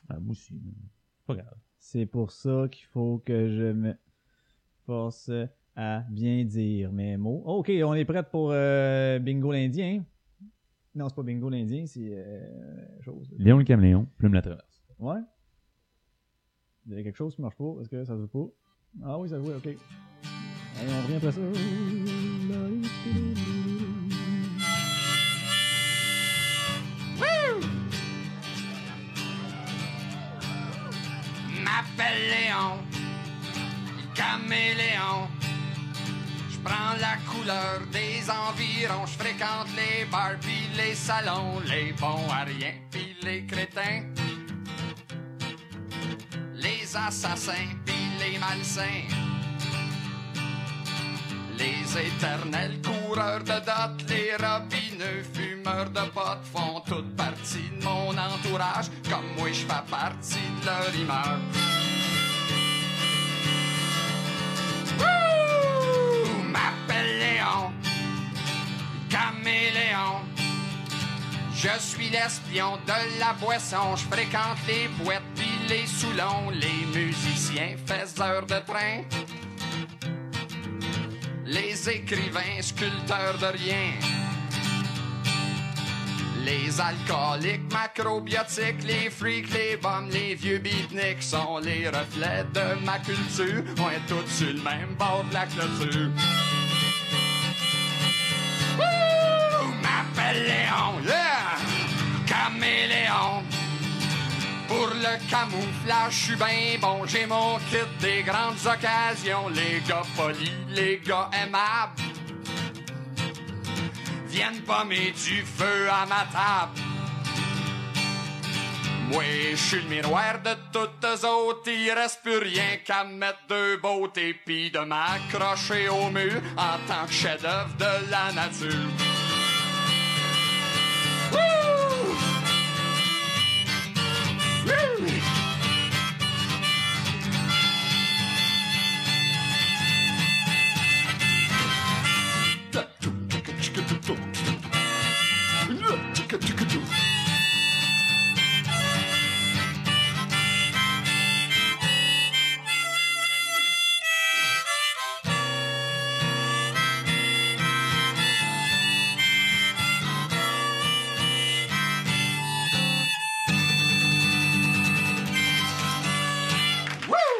Ah, moi aussi. Pas grave.
C'est pour ça qu'il faut que je me force à bien dire mes mots. OK, on est prêt pour euh, Bingo l'Indien. Non, c'est pas Bingo l'Indien, c'est euh, chose. là.
Léon le caméléon, plume la traverse.
Ouais. Il y a quelque chose qui marche pas. Est-ce que ça joue pas? Ah oui, ça joue, ok. Allez, on revient après ça.
m'appelle Léon, caméléon. Je prends la couleur des environs, je fréquente les bars puis les salons, les bons à rien puis les crétins. Les assassins puis les malsains. Les éternels coureurs de dates, les robineux fumeurs de potes font toute partie de mon entourage, comme moi je fais partie de leur humeur. Wouh! M'appelle Léon, caméléon. Je suis l'espion de la boisson, je fréquente les boîtes puis les soulons, les musiciens faiseurs de train, les écrivains sculpteurs de rien. Les alcooliques, macrobiotiques, les freaks, les bombes, les vieux beatniks sont les reflets de ma culture. On est tous sur le même bord de la clôture. Wouh! M'appelle Léon, yeah! Caméléon. Pour le camouflage, je suis bien bon. J'ai mon kit des grandes occasions. Les gars polis, les gars aimables. Viennent pas mettre du feu à ma table. Moi, je suis le miroir de toutes eux autres. Il reste plus rien qu'à mettre deux beautés puis de m'accrocher au mur en tant que chef-d'œuvre de la nature. Wouh! Wouh! Wouh!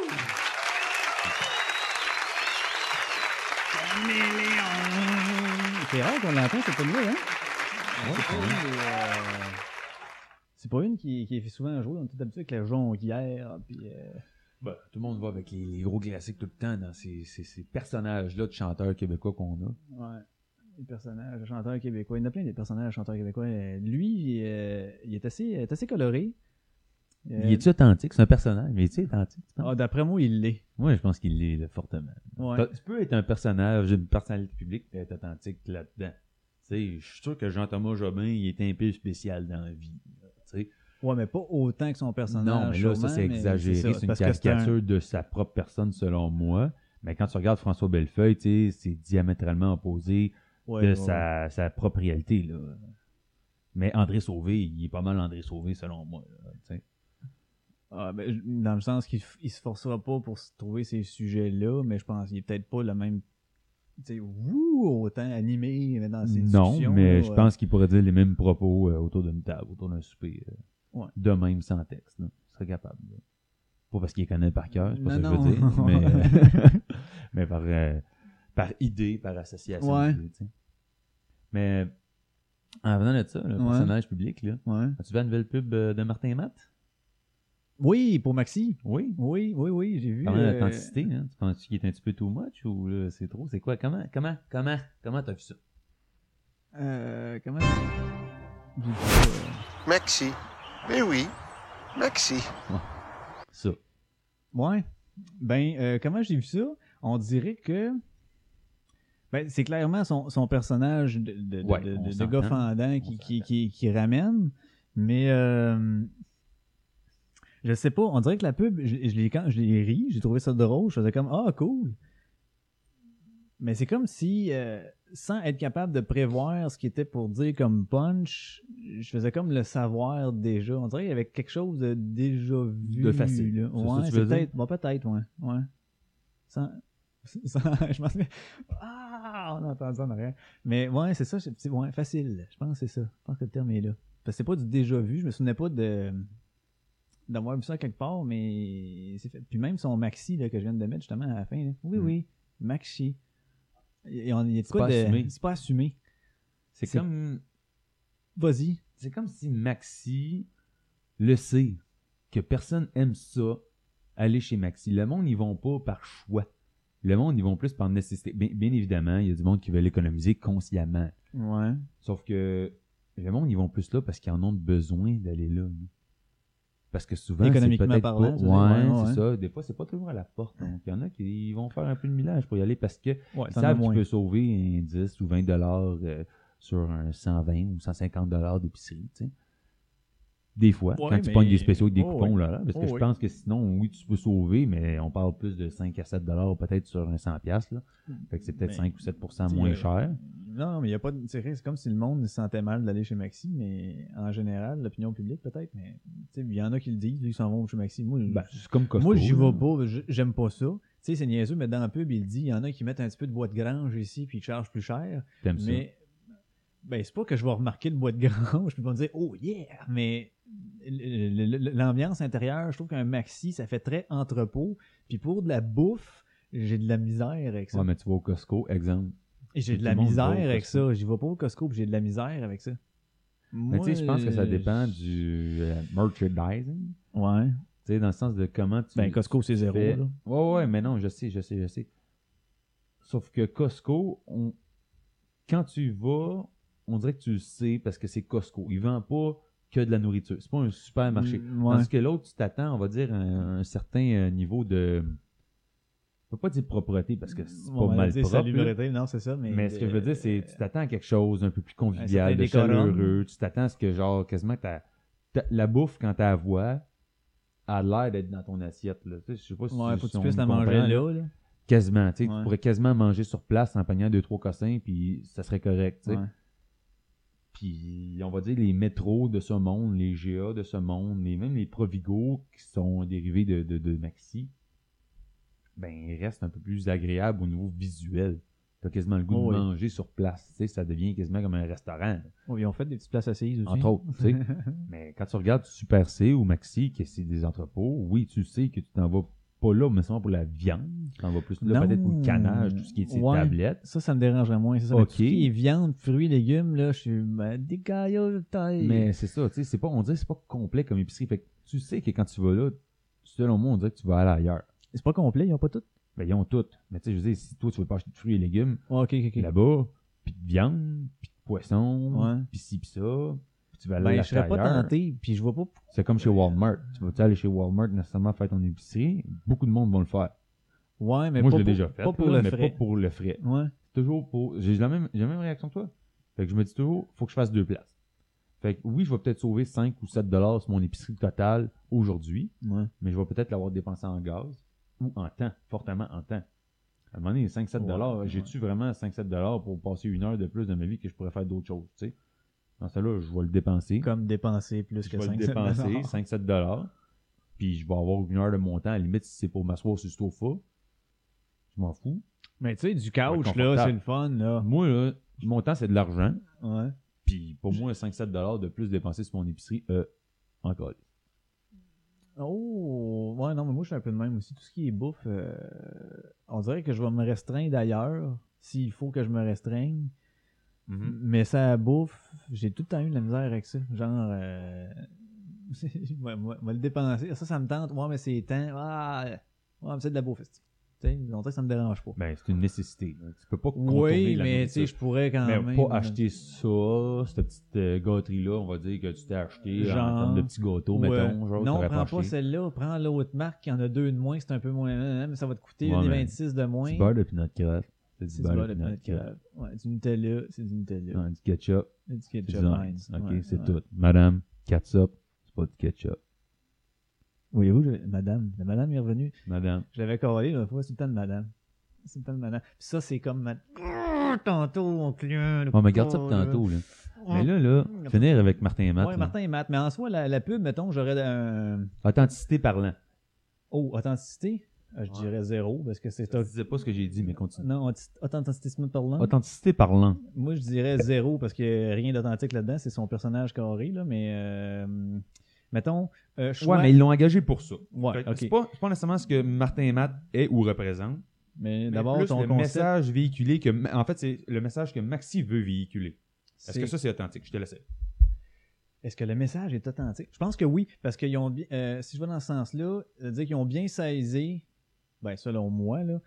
C'est rare qu'on l'entend, cette tune-là, hein? euh, C'est pas une qui, qui est souvent jouée, on est tout habitué avec la jonquière, puis... euh,
Ben, tout le monde va avec les, les gros classiques tout le temps dans ces, ces- ces personnages-là de chanteurs québécois qu'on a.
Ouais. Les personnages, le chanteur québécois. Il y en a plein des personnages chanteurs québécois. Euh, Lui, euh, il est assez, est assez coloré. Euh,
Il est-tu authentique? C'est un personnage, mais est-tu authentique? tu penses?
ah, D'après moi, il l'est.
Oui, je pense qu'il l'est là, fortement.
Ouais.
T'as- Tu peux être un personnage, une personnalité publique, et être authentique là-dedans. Tu sais, Je suis sûr que Jean-Thomas Jobin, il est un peu spécial dans la vie. là, tu sais.
Ouais, mais pas autant que son personnage.
Non, mais là, ça,
Showman,
c'est
mais
exagéré.
ça,
C'est une
parce que c'est un-
caricature de sa propre personne, selon moi. Mais quand tu regardes François Bellefeuille, tu sais, c'est diamétralement opposé
ouais,
de
ouais, ouais.
sa, sa propre réalité. Là. Mais André Sauvé, il est pas mal André Sauvé, selon moi. là, tu sais.
Ah, ben, je- dans le sens qu'il f- il se forcera pas pour se trouver ces sujets-là, mais je pense qu'il est peut-être pas le même. Tu sais, wouh, autant animé mais dans ses
Non,
discussions,
mais
là,
je
euh,
pense qu'il pourrait dire les mêmes propos euh, autour d'une table, autour d'un souper. euh,
Ouais.
De même, sans texte. là. Il serait capable. là. Pas parce qu'il les connaît par cœur, c'est pas
Non,
ça que je veux dire.
non. *laughs*
Mais, euh, *laughs* mais par, euh, par idée, par association.
Ouais.
d'idées, tu sais. Mais en venant de ça, le
Ouais.
personnage public, là,
ouais.
as-tu vu la nouvelle pub euh, de Martin Matt?
Oui, pour Maxi.
Oui.
Oui, oui, oui, j'ai vu.
Parlant
euh,
d'authenticité, hein, tu penses qu'il est un petit peu too much ou là, c'est trop? C'est quoi? Comment? Comment? Comment? Comment t'as vu ça?
euh, comment. J'ai vu, euh,
Maxi. Mais oui, Maxi.
Ça.
Ouais. Ben, euh, comment j'ai vu ça? On dirait que. Ben, c'est clairement son, son personnage de, de, de-
Ouais,
de-
on
de
s'entend.
gars fendant qui,
On
qui,
s'entend.
qui, qui ramène. Mais. euh, je sais pas. On dirait que la pub, je, je l'ai quand je l'ai ri, j'ai trouvé ça drôle. Je faisais comme Ah, cool! Mais c'est comme si. euh, sans être capable de prévoir ce qui était pour dire comme punch, je faisais comme le savoir déjà. On dirait qu'il y avait quelque chose de déjà vu.
De facile.
là.
C'est ça que
Ouais,
tu
c'est
veux dire?
peut-être. Bon, peut-être, ouais. ouais. Sans... *laughs* sans- je pense que- Ah, on entend ça en arrière. Mais ouais, c'est ça. c'est- c'est- ouais, facile. Je pense que c'est ça. Je pense que le terme est là. Parce que c'est pas du déjà vu. Je me souvenais pas de d'avoir vu ça quelque part, mais c'est fait. Puis même son maxi là, que je viens de mettre justement à la fin. là. Oui,
Mm.
oui, maxi. Et on- Il y a de
C'est
quoi
pas
de-
assumé.
C'est pas assumé.
C'est
C'est-
comme...
Vas-y.
c'est comme si Maxi le sait que personne aime ça aller chez Maxi. Le monde ils vont pas par choix. Le monde ils vont plus par nécessité. Bien, bien évidemment, il y a du monde qui veut l'économiser consciemment.
Ouais.
Sauf que le monde ils vont plus là parce qu'ils en ont besoin d'aller là. là. Parce que souvent, c'est
Économiquement
peut-être pas...
parlant,
Ouais,
ça, ouais, ouais,
c'est
ouais.
ça. Des fois, c'est pas toujours à la porte. Donc, il y en a qui ils vont faire un peu de millage pour y aller parce que
Ouais,
ils
t'en as
savent qu'ils
moins.
peuvent sauver un 10 ou 20 dollars euh, sur un 120 ou 150 dollars d'épicerie, tu sais. Des fois,
Ouais,
quand tu
mais-
pognes des spéciaux avec des
Oh,
coupons,
oui.
là, là, parce que
Oh,
je
oui.
pense que sinon, oui, tu peux sauver, mais on parle plus de 5 à 7 dollars peut-être sur un 100 piastres, là. Fait que c'est peut-être
Hmm. Mais-
5 ou
Tu
7
sais,
moins
euh,
cher.
Non, mais il n'y a pas de. C'est c'est comme si le monde se sentait mal d'aller chez Maxi, mais en général, l'opinion publique peut-être, mais tu sais, il y en a qui le disent, ils s'en vont chez Maxi. Moi,
Ben, c'est comme Costco.
moi j'y
là.
vais pas, j- j'aime pas ça. Tu sais, c'est niaiseux, mais dans la pub, il dit, il y en a qui mettent un petit peu de bois de grange ici, puis ils chargent plus cher.
T'aimes ça?
Mais ben, c'est pas que je vais remarquer le bois de grange, *laughs* puis ils vont me dire, oh yeah, mais le- le- le- l'ambiance intérieure, je trouve qu'un Maxi, ça fait très entrepôt. Puis pour de la bouffe, j'ai de la misère avec ça.
Ouais, mais tu vas au Costco, exemple.
Et j'ai
Tout
de
le
la
monde va
misère
au
avec
Costco.
ça. J'y vais pas au Costco, puis j'ai de la misère avec ça.
Mais tu sais, je pense que ça
euh,
dépend du euh, merchandising.
Ouais.
Tu sais, dans le sens de comment tu.
Ben, Costco, c'est zéro.
fais-
là.
Ouais, ouais, mais non, je sais, je sais, je sais. Sauf que Costco, on... quand tu y vas, on dirait que tu le sais parce que c'est Costco. Ils vendent pas que de la nourriture. C'est pas un supermarché.
Mm, ouais.
Tandis que l'autre, tu t'attends, on va dire, à un, un certain euh, niveau de. Je peux pas dire propreté parce que c'est pas
Bon, ben,
mal
tu sais,
propre. là.
salubrité, non, c'est ça. Mais,
Mais ce que je veux dire, c'est tu t'attends à quelque chose un peu plus convivial,
euh, certain
de
décorum.
chaleureux. Tu t'attends à ce que, genre, quasiment, ta- ta- la bouffe, quand tu la vois, a l'air d'être dans ton assiette. Là. Tu sais, Je sais pas si
Ouais, faut que
si
tu
on
puisses la
comprend,
manger là. là.
Quasiment. tu sais, Tu
Ouais.
pourrais quasiment manger sur place en pognant deux, trois cossins, puis ça serait correct. tu sais.
Ouais.
Puis, on va dire, les métros de ce monde, les GA de ce monde, les, même les Provigo qui sont dérivés de, de, de Maxi, ben, ils restent un peu plus agréables au niveau visuel. T'as quasiment le goût
Oh
de
oui.
manger sur place. tu sais, ça devient quasiment comme un restaurant,
Oh, Ils ont fait des petites places assises aussi.
entre autres.
*laughs*
tu sais. mais quand tu regardes Super C ou Maxi, que c'est des entrepôts, oui, tu sais que tu t'en vas pas là, mais seulement pour la viande. Tu t'en vas plus là,
Non.
peut-être pour le canage, tout ce qui est ces
Ouais.
tablettes.
Ça, ça me dérangerait moins. C'est ça. mais
Ok.
tout ce qui est viande, fruits, légumes, là, je suis ben, des caillots de taille.
Mais c'est ça, tu sais, c'est pas, on dirait que c'est pas complet comme épicerie. Fait que tu sais que quand tu vas là, selon moi, on dirait que tu vas aller ailleurs.
c'est pas complet, ils ont pas tout.
Ben, ils ont tout. Mais tu sais, je veux dire, si toi, tu veux pas acheter de fruits et légumes
Ouais, Ah, ok, ok, ok.
là-bas, puis de viande, puis de poisson,
Ouais.
puis ci, puis ça, puis tu vas aller
Ben, je
l'acheter
serais pas
ailleurs.
tenté, puis je vois pas.
C'est comme chez Walmart. Tu vas aller chez Walmart nécessairement faire ton épicerie? Beaucoup de monde vont le faire.
Ouais, mais
Moi,
pas
je l'ai
pour-
déjà fait.
Pas pour
là,
le
mais
frais.
pas pour le frais.
Ouais.
Toujours pour. J'ai la même, j'ai la même réaction que toi. Fait que je me dis toujours, faut que je fasse deux places. Fait que oui, je vais peut-être sauver 5 ou 7 dollars sur mon épicerie totale aujourd'hui,
Ouais.
mais je vais peut-être l'avoir dépensé en gaz ou en temps, fortement en temps. À un moment donné, 5-7 dollars,
Ouais,
j'ai-tu vraiment 5-7 dollars pour passer une heure de plus de ma vie que je pourrais faire d'autres choses, tu sais? Dans ça là, je vais le dépenser
Comme dépenser plus
je
que
vais
5
le dépenser 5 7 dollars puis je vais avoir une heure de montant à la limite si c'est pour m'asseoir sur le sofa je m'en fous
Mais tu sais, du
Ouais,
couch,
confortable.
là, c'est le fun, là.
moi là mon temps c'est de l'argent
Ouais.
puis pour moi 5 7 dollars de plus dépensé sur mon épicerie euh, encore
Oh, ouais, non, mais moi, je suis un peu de même aussi. Tout ce qui est bouffe, euh, on dirait que je vais me restreindre d'ailleurs, s'il faut que je me restreigne.
Hmm.
Mais ça bouffe, j'ai tout le temps eu de la misère avec ça. Genre, euh, *laughs* moi, moi- moi, le dépenser, ça, ça me tente. Ouais, mais c'est temps. Ah, ouais, mais c'est de la bouffe, esti. tu sais, on dirait que ça me dérange pas.
ben c'est une nécessité là. tu peux pas contourner
Oui,
la
mais tu sais,
nourriture.
je pourrais quand
Mais
même. euh,
pas acheter ça, cette petite gâterie là, on va dire que tu t'es acheté en
Genre.
termes de petits gâteaux,
Ouais.
mettons. Genre,
non,
t'aurais
prends
acheté.
pas celle-là, prends l'autre marque, il y en a deux de moins, c'est un peu moins, mais ça va te coûter
Ouais,
une des
mais
26 de moins.
Du beurre de pinot crève.
C'est du beurre de pinot crème. Ouais, du Nutella, c'est du Nutella.
Ouais, Du ketchup.
Et Du
C'est
ketchup
du
Heinz.
Heinz. Ok,
Ouais,
c'est
ouais.
tout. Madame, catsup, c'est pas du ketchup.
Voyez-vous, je- madame, la madame est revenue.
Madame.
Je l'avais collé la fois, c'est le temps de madame. C'est le temps de madame. Puis ça, c'est comme ma... Oh, Tantôt, on cligne.
On me Ah, garde ça pour tantôt, là. Mais là, là, finir avec Martin et
Ah.
Matt.
Mm. ouais,
là.
Martin et Matt. Mais en soi, la, la pub, mettons, j'aurais un.
Authenticité parlant.
Oh, authenticité Euh, Je
Ouais.
dirais zéro parce que c'est.
Je disais pas ce que j'ai dit, mais continue.
Non, auth- authenticité
hein.
parlant.
Authenticité parlant.
Moi, je dirais zéro parce que rien d'authentique là-dedans. C'est son personnage carré, là. Mais. euh, mettons, euh,
Ouais,
choix.
mais ils l'ont engagé pour ça.
Ouais,
Fait que
ok.
C'est pas, c'est pas nécessairement ce que Martin et Matt est ou représente.
Mais
mais
d'abord,
plus
ton
le
concept.
message véhiculé que. Ma- En fait, c'est le message que Maxi veut véhiculer. Est-ce
c'est-
que ça, c'est authentique? Je te laisse.
Est-ce que le message est authentique? Je pense que oui, parce qu'ils ont bien. euh, si je vais dans ce sens-là, c'est-à-dire qu'ils ont bien saisi, ben selon moi, là,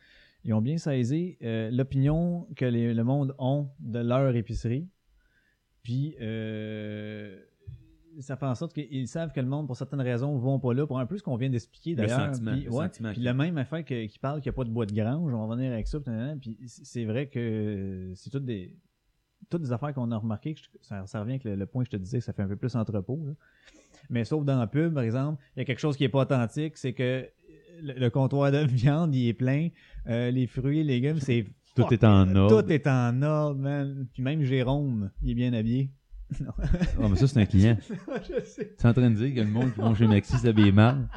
ils ont bien saisi euh, l'opinion que les- le monde ont de leur épicerie. Puis euh, ça fait en sorte qu'ils savent que le monde, pour certaines raisons, vont pas là. Pour un peu ce qu'on vient d'expliquer d'ailleurs.
sentiment,
Puis,
le
ouais,
sentiment
puis
qu'il y
la
a.
même affaire que- qui parle qu'il n'y a pas de bois de grange, on va venir avec ça. puis nanana, Puis c- c'est vrai que c'est toutes des toutes des affaires qu'on a remarquées. que je- ça, ça revient avec le, le point que je te disais que ça fait un peu plus entrepôt. là. Mais sauf dans la pub, par exemple, il y a quelque chose qui est pas authentique, c'est que le, le comptoir de *laughs* viande, il est plein. Euh, les fruits, les légumes, c'est
*laughs* Tout est en ordre.
Tout est en ordre, man. Puis même Jérôme, il est bien habillé.
Ah, mais ça, c'est un client.
*laughs* je sais.
T'es en train de dire que le monde qui vont chez Maxi s'habille mal.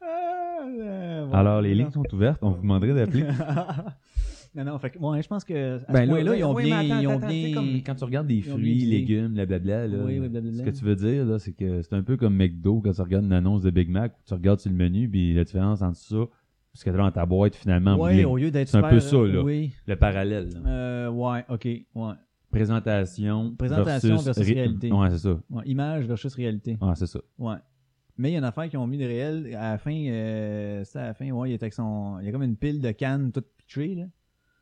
Ah, euh, bon.
Alors, les lignes sont ouvertes. On vous demanderait d'appeler.
*laughs* non, non, fait que, ouais, je pense que à
Ben
ce point-là,
là,
ils ont
ouais,
bien.
mais attends,
ils ont
attends, tu sais,
bien...
comme quand tu regardes des
ils ont
fruits,
bien utilisé.
légumes, blablabla, là,
Oui, oui, blablabla.
ce que tu veux dire, là, c'est que c'est un peu comme McDo quand tu regardes une annonce de Big Mac, tu regardes sur le menu, puis la différence entre ça, ce que tu as dans ta boîte, finalement, en bout de
Ouais,
ligne.
au lieu d'être
C'est un
super-
peu ça, là.
Oui.
le parallèle. là.
Euh, ouais, ok. Ouais.
Présentation,
Présentation versus
rythme.
réalité.
Ouais, c'est ça.
Ouais, Image versus réalité.
Ouais, c'est ça.
Ouais. Mais il y a une affaire qu'ils ont mis de réel. À la fin, euh, c'était à la fin, ouais, il était avec son. Il y a comme une pile de cannes toute pitchée, là.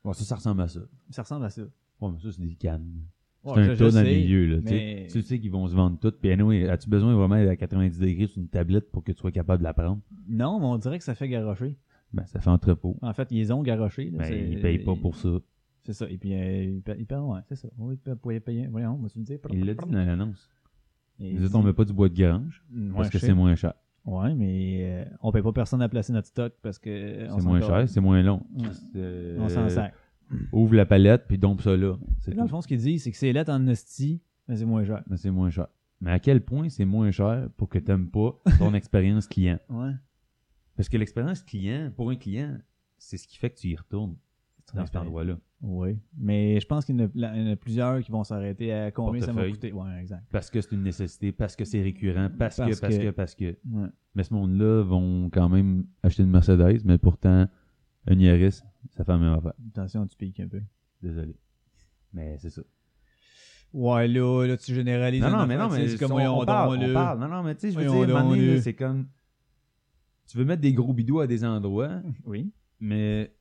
Bon, ça, ça ressemble à ça.
Ça ressemble à ça.
Ouais, mais ça, c'est des cannes. C'est
Ouais, je-
un
je
tas dans le
sais,
milieu, là. tu sais.
mais-
Tu sais qu'ils vont se vendre toutes. Puis, anyway, as-tu besoin vraiment d'être à 90 degrés sur une tablette pour que tu sois capable de la prendre?
Non, mais on dirait que ça fait garrocher.
Ben, ça fait entrepôt.
En fait, ils ont garroché. là,
Mais
c'est-
Ben, ils payent pas pour ça.
C'est ça. Et puis, euh, ils pa- ils payent, ouais, c'est ça. Oui, ils payent- payent- Voyons, on va se le dire.
Il l'a dit dans l'annonce.
Et
Nous autres, on met pas du bois de grange
Ouais,
parce
je
que
sais.
c'est moins cher.
Ouais, mais euh, on paye pas personne à placer notre stock parce que. euh, on
C'est
s'en
moins
colle.
cher, c'est moins long.
Ouais.
Euh,
On s'en sert.
Ouvre la palette, puis dompe ça là. C'est
Dans le
tout.
fond, ce qu'ils disent, c'est que c'est lettre en hostie, mais c'est moins cher.
Mais c'est moins cher. Mais à quel point c'est moins cher pour que t'aimes pas ton
*laughs*
expérience client?
Ouais.
Parce que l'expérience client, pour un client, c'est ce qui fait que tu y retournes dans cet endroit-là.
Oui. Mais je pense qu'il y, en a- là, il y en a plusieurs qui vont s'arrêter à combien ça m'a
Portefeuille.
coûté. Ouais, exact.
Parce que c'est une nécessité, parce que c'est récurrent, parce,
Parce
que, parce
que-
que, parce que.
Ouais.
Mais ce monde-là vont quand même acheter une Mercedes, mais pourtant, un Yaris, ça fait la même affaire.
Attention, tu piques un peu.
Désolé. Mais c'est ça.
Ouais, là, là, tu généralises.
Non,
une
non, mais
affaire, tu
non,
sais,
mais
c'est comme,
on,
voyons
on parle,
donc,
on
là.
parle. Non, non, mais tu sais, je veux
Voyons
dire, à un moment
donc,
donné,
là.
là, c'est comme... Tu veux mettre des gros bidoux à des endroits,
Oui.
mais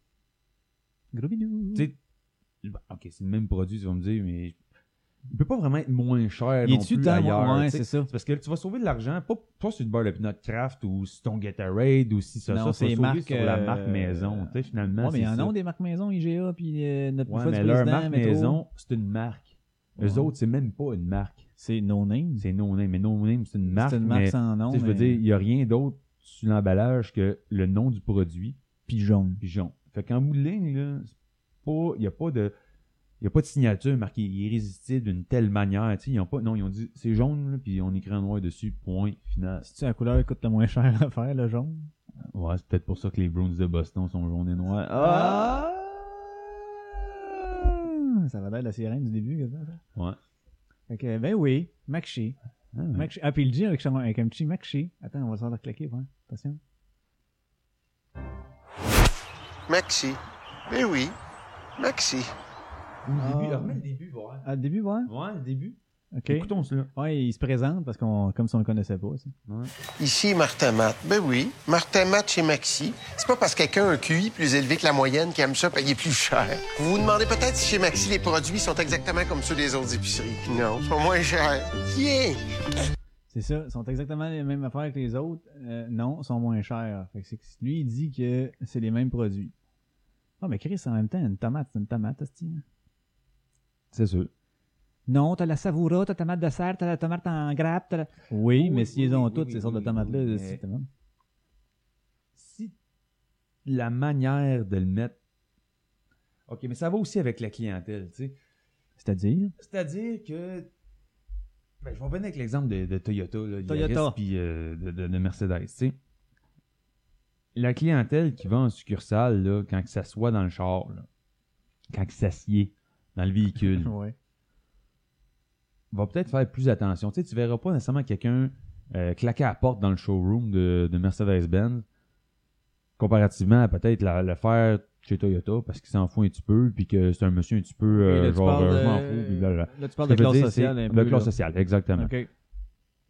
Gros bidou.
tu sais, bah, ok, c'est le même produit, tu vas me dire, mais il peut pas vraiment être moins cher
Il
non
est-tu
plus
dans
ailleurs.
Ouais,
tu sais.
c'est ça.
C'est parce que tu vas sauver de l'argent, pas, pas sur une barre de Pinot Craft ou sur ton Gatorade ou si ça,
Non,
ça, tu vas
c'est
sauver
marque,
sur la
euh,
marque maison, tu sais, finalement.
Ouais, mais il y
c'est
en
ça.
a des marques maison, IGA, puis euh, notre
Ouais,
fois
mais
du
leur
président,
marque
métro.
maison, c'est une marque. Les
Ouais.
autres, c'est même pas une marque.
C'est No Name.
C'est No Name, mais No Name, c'est une marque.
C'est une marque
mais,
sans nom.
tu sais, je veux
mais-
dire, il n'y a rien d'autre sur l'emballage que le nom du produit
Pigeon.
pigeon. Fait qu'en bout de ligne, là, c'est pas- il n'y a pas de. Il a pas de signature marquée irrésistible d'une telle manière. tu sais, Ils ont pas, non, ils ont dit c'est jaune, là, puis on écrit en noir dessus, point final.
Si tu as la couleur qui coûte le moins cher à faire, le jaune.
Ouais, c'est peut-être pour ça que les Browns de Boston sont jaunes et noirs. Ah!
Ah! Ça va d'être la sirène du début, comme ça, ça.
Ouais.
Fait que, ben oui, Maxi.
Ah, ouais.
Maxi. Ah, puis le G avec, son- avec un petit Maxi. Attends, on va s'en faire claquer, ouais. Attention.
Maxi. Mais oui, Maxi.
Ou le début,
Ah.
remets le début, voir.
Ah, le début, ouais.
Ouais, le début.
Ok.
Écoutons cela.
Ouais, il se présente parce qu'on, comme si on le connaissait pas, ça.
Ici Martin Matt. Ben oui, Martin Matt chez Maxi. C'est pas parce que quelqu'un a un QI plus élevé que la moyenne qui aime ça payer plus cher. Vous vous demandez peut-être si chez Maxi les produits sont exactement comme ceux des autres épiceries. Non, ils sont moins chers. Tiens!
C'est ça, ils sont exactement les mêmes affaires que les autres. Euh, non, ils sont moins chers. Fait que c'est que lui, il dit que c'est les mêmes produits. Ah, mais Chris, en même temps, une tomate, c'est une tomate, hostie, hein.
C'est sûr.
Non, t'as la savoura, t'as la tomate de serre, t'as la tomate en grappe, t'as la... Oui,
Oui,
mais
oui,
s'ils ont
oui,
toutes
oui,
ces sortes de
oui,
tomates-là,
oui,
c'est
mais-
tellement-
Si la manière de le mettre. Ok, mais ça va aussi avec la clientèle, tu sais.
C'est-à-dire?
C'est-à-dire que. Ben, je vais revenir avec l'exemple de, de Toyota, là,
Toyota.
Yaris, puis euh, de, de- de Mercedes. tu sais. La clientèle qui va en succursale, là, quand il s'assoit dans le char, là, quand il s'assied dans le véhicule,
*laughs* Ouais.
va peut-être faire plus attention. Tu sais, tu verras pas nécessairement quelqu'un euh, claquer à la porte dans le showroom de, de Mercedes-Benz, comparativement à peut-être la- le faire chez Toyota parce qu'il s'en fout un petit peu, puis que c'est un monsieur un petit peu euh, genre euh, je m'en fous, puis blablabla.
Là, tu parles
Ça
de
veut
classe
dire,
sociale
c'est
un
de
peu.
classe
là.
sociale, exactement.
OK.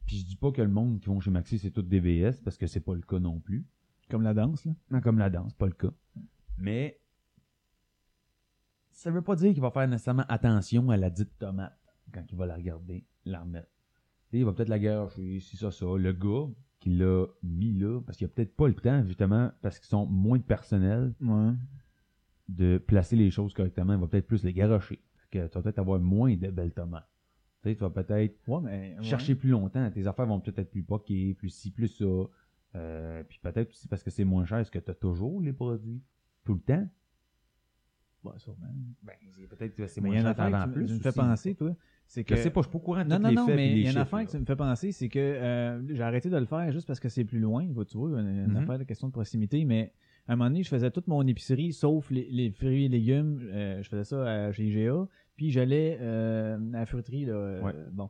Puis je dis pas que le monde qui vont chez Maxi, c'est tout des BS, parce que c'est pas le cas non plus.
Comme la danse, là.
Non, comme la danse, pas le cas. Mais ça veut pas dire qu'il va faire nécessairement attention à la dite tomate quand il va la regarder. la remettre. Tu sais, il va peut-être la garocher, si ça, ça. Le gars qui l'a mis là, parce qu'il a peut-être pas le temps, justement, parce qu'ils sont moins de personnel,
Ouais.
de placer les choses correctement, il va peut-être plus les garocher. Fait que tu vas peut-être avoir moins de belles tomates. Tu sais, tu vas peut-être
Ouais, mais. ouais.
chercher plus longtemps. Tes affaires vont peut-être être plus poquées, plus ci, plus ça. Euh, puis peut-être aussi parce que c'est moins cher, est-ce que tu as toujours les produits tout le temps?
Ouais, sûrement.
Ben, c'est peut-être que c'est
Mais il
moins
y a une
cher, t'en
affaire
vends
que tu,
plus.
tu me fais
aussi.
penser, toi. C'est que.
Je sais pas, je suis pas au courant de
Non,
tous
non,
les
non,
faits
mais
puis
il
les
y a une
chiffres,
affaire
là.
que tu me fais penser, c'est que euh, j'ai arrêté de le faire juste parce que c'est plus loin, tu vois, une, une
Mhm.
affaire de question de proximité, mais à un moment donné, je faisais toute mon épicerie, sauf les, les fruits et légumes, euh, je faisais ça à- chez IGA, puis j'allais euh, à la fruiterie, là, euh,
Ouais.
bon.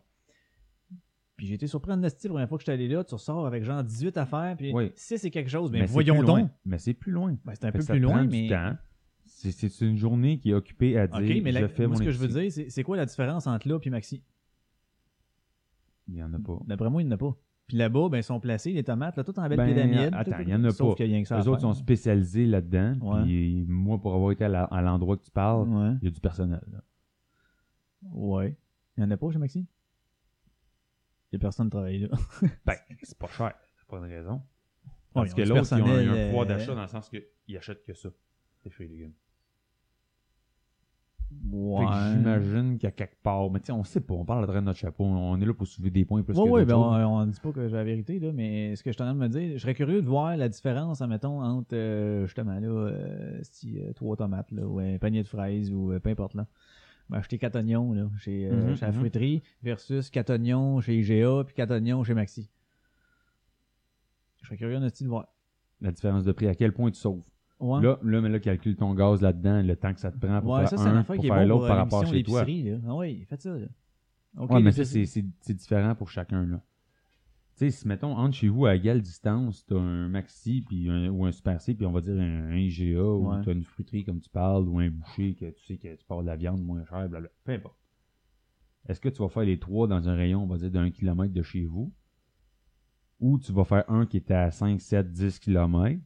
Puis j'ai été surpris en esti la première fois que j'étais allé là, tu ressors avec genre 18 affaires, puis
Oui.
6 et quelque chose, mais,
Mais c'est
voyons
plus
donc!
loin. Mais c'est plus loin.
Ben, c'était un peu
Fait que ça
plus
te prend
loin,
du
mais...
temps. C'est- C'est une journée qui est occupée à dire
Ok, mais la-
je fais
moi,
mon
ce que je veux
épicerie.
dire, c'est c'est quoi la différence entre là puis Maxi?
Il y en a pas.
D'après moi, il n'y en a pas. Puis là-bas, ben, ils sont placés, les tomates, là, tout en belle
Ben,
pyramide.
attends,
tout-
il y en a
Sauf
pas.
qu'il y a rien que ça. à
Les autres
faire.
sont spécialisés là-dedans.
Ouais. Mm.
Puis moi, pour avoir été à la- à l'endroit que tu parles,
Ouais.
il y a du personnel. là.
Ouais. Il n'y en a pas chez Maxi Il n'y a personne qui travaille là.
Ben, c'est pas cher. C'est pas une raison.
Ouais,
Parce
ils ont
que
du
l'autre, ils ont un,
personnel,
un pouvoir
euh,
d'achat dans le sens qu'ils achètent que ça. Les fruits et légumes. Fait
Ouais.
que j'imagine qu'à quelque part, mais tu sais, on sait pas, on parle à travers notre chapeau, on est là pour soulever des points plus
Ouais,
que
ouais,
d'autres
ben,
choses.
on ne dit pas que j'ai la vérité, là, mais ce que je suis en train de me dire, je serais curieux de voir la différence, admettons, entre euh, justement là, euh, si, euh, trois tomates, là, ou un panier de fraises, ou euh, peu importe là. Ben, acheter 4 oignons là, chez, euh,
Mhm,
chez la
mhm.
fruiterie versus 4 oignons chez IGA puis 4 oignons chez Maxi. Je serais curieux hostie, de voir.
La différence de prix, à quel point tu sauves.
Ouais.
Là, là, mais là, calcule ton gaz là-dedans, le temps que ça te prend pour
ouais,
faire
ça, c'est une
un,
affaire
pour
qui est
faire
bon
l'autre
pour
par
euh,
rapport
l'émission
chez toi.
l'épicerie. là. Ah oui, faites ça. Là. Ok,
ouais, mais ça,
l'épicerie.
c'est c'est- c'est différent pour chacun, là. Tu sais, si, mettons, entre chez vous, à égale distance, t'as un Maxi puis un- ou un Super C, puis on va dire un, un IGA,
Ouais.
ou t'as une fruiterie, comme tu parles, ou un boucher, que tu sais que tu pars de la viande moins chère, blablabla. Peu importe. Est-ce que tu vas faire les trois dans un rayon, on va dire, d'un kilomètre de chez vous, ou tu vas faire un qui est à 5, 7, 10 kilomètres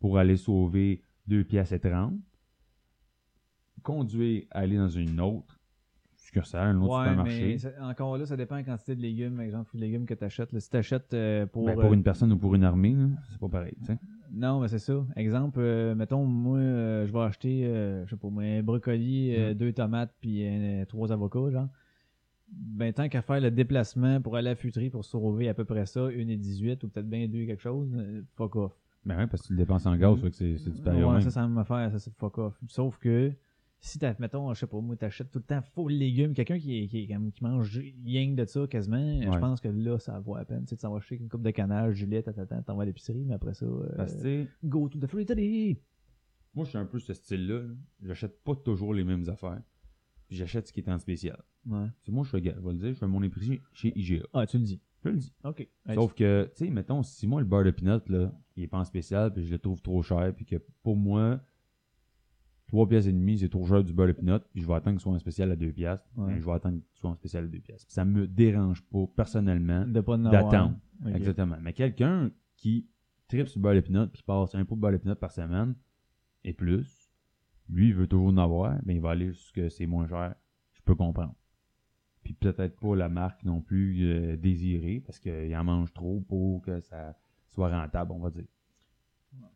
pour aller sauver 2 pièces et 30, conduire, aller dans une autre succursale, un autre
Ouais,
supermarché.
mais ça- encore là, ça dépend de la quantité de légumes, par exemple, fruits et légumes que tu achètes. Si tu achètes pour.
Ben, Pour,
euh,
une personne ou pour une armée, là, c'est pas pareil. tu sais.
Non, mais c'est ça. Exemple, euh, mettons, moi, euh, je vais acheter, euh, je sais pas, moi, un brocoli,
Mhm.
euh, deux tomates, puis euh, trois avocats, genre. Ben, tant qu'à faire le déplacement pour aller à la futerie pour sauver à peu près ça, 1,18 ou peut-être bien 2 quelque chose, euh, fuck off.
Ben ouais, parce que tu le dépenses en gaz, fait que c'est c'est du pareil au
Ouais,
même.
ça, c'est la même affaire, ça, c'est fuck off. Sauf que, si t'as, mettons, je sais pas, moi, t'achètes tout le temps faux légumes, quelqu'un qui, est- qui, est comme- qui mange yang de ça quasiment, je
Ouais.
pense que là, ça vaut à peine. Tu sais, tu t'en vas acheter une coupe de canal, gilet, tatata, t'en vas à l'épicerie, mais après ça, euh,
Parce que, tu sais,
go to the fruiterie!
moi, je suis un peu ce style-là. là. J'achète pas toujours les mêmes affaires. Puis j'achète ce qui est en spécial.
Ouais.
Tu sais, moi, je fais, gars, je vais le dire, je fais mon épicerie chez IGA.
Ah, tu le dis.
Je le dis.
OK. Ben,
Sauf que, tu sais, mettons, si moi, le beurre de peanut, là, il est pas en spécial, puis je le trouve trop cher, puis que pour moi, 3 pièces et demie, c'est trop cher du beurre de peanut, puis je vais attendre qu'il soit en spécial à 2 pièces,
Ouais.
ben, je vais attendre qu'il soit en spécial à 2 pièces. Puis ça me dérange pas, personnellement,
de pas en avoir.
d'attendre.
Ok.
Exactement. Mais quelqu'un qui tripe sur le beurre d'épinot puis passe un pot de beurre d'épinot par semaine et plus, lui, il veut toujours en avoir, mais il va aller jusque c'est moins cher. Je peux comprendre. Puis peut-être pas la marque non plus euh, désirée parce qu'il en mange trop pour que ça soit rentable, on va dire.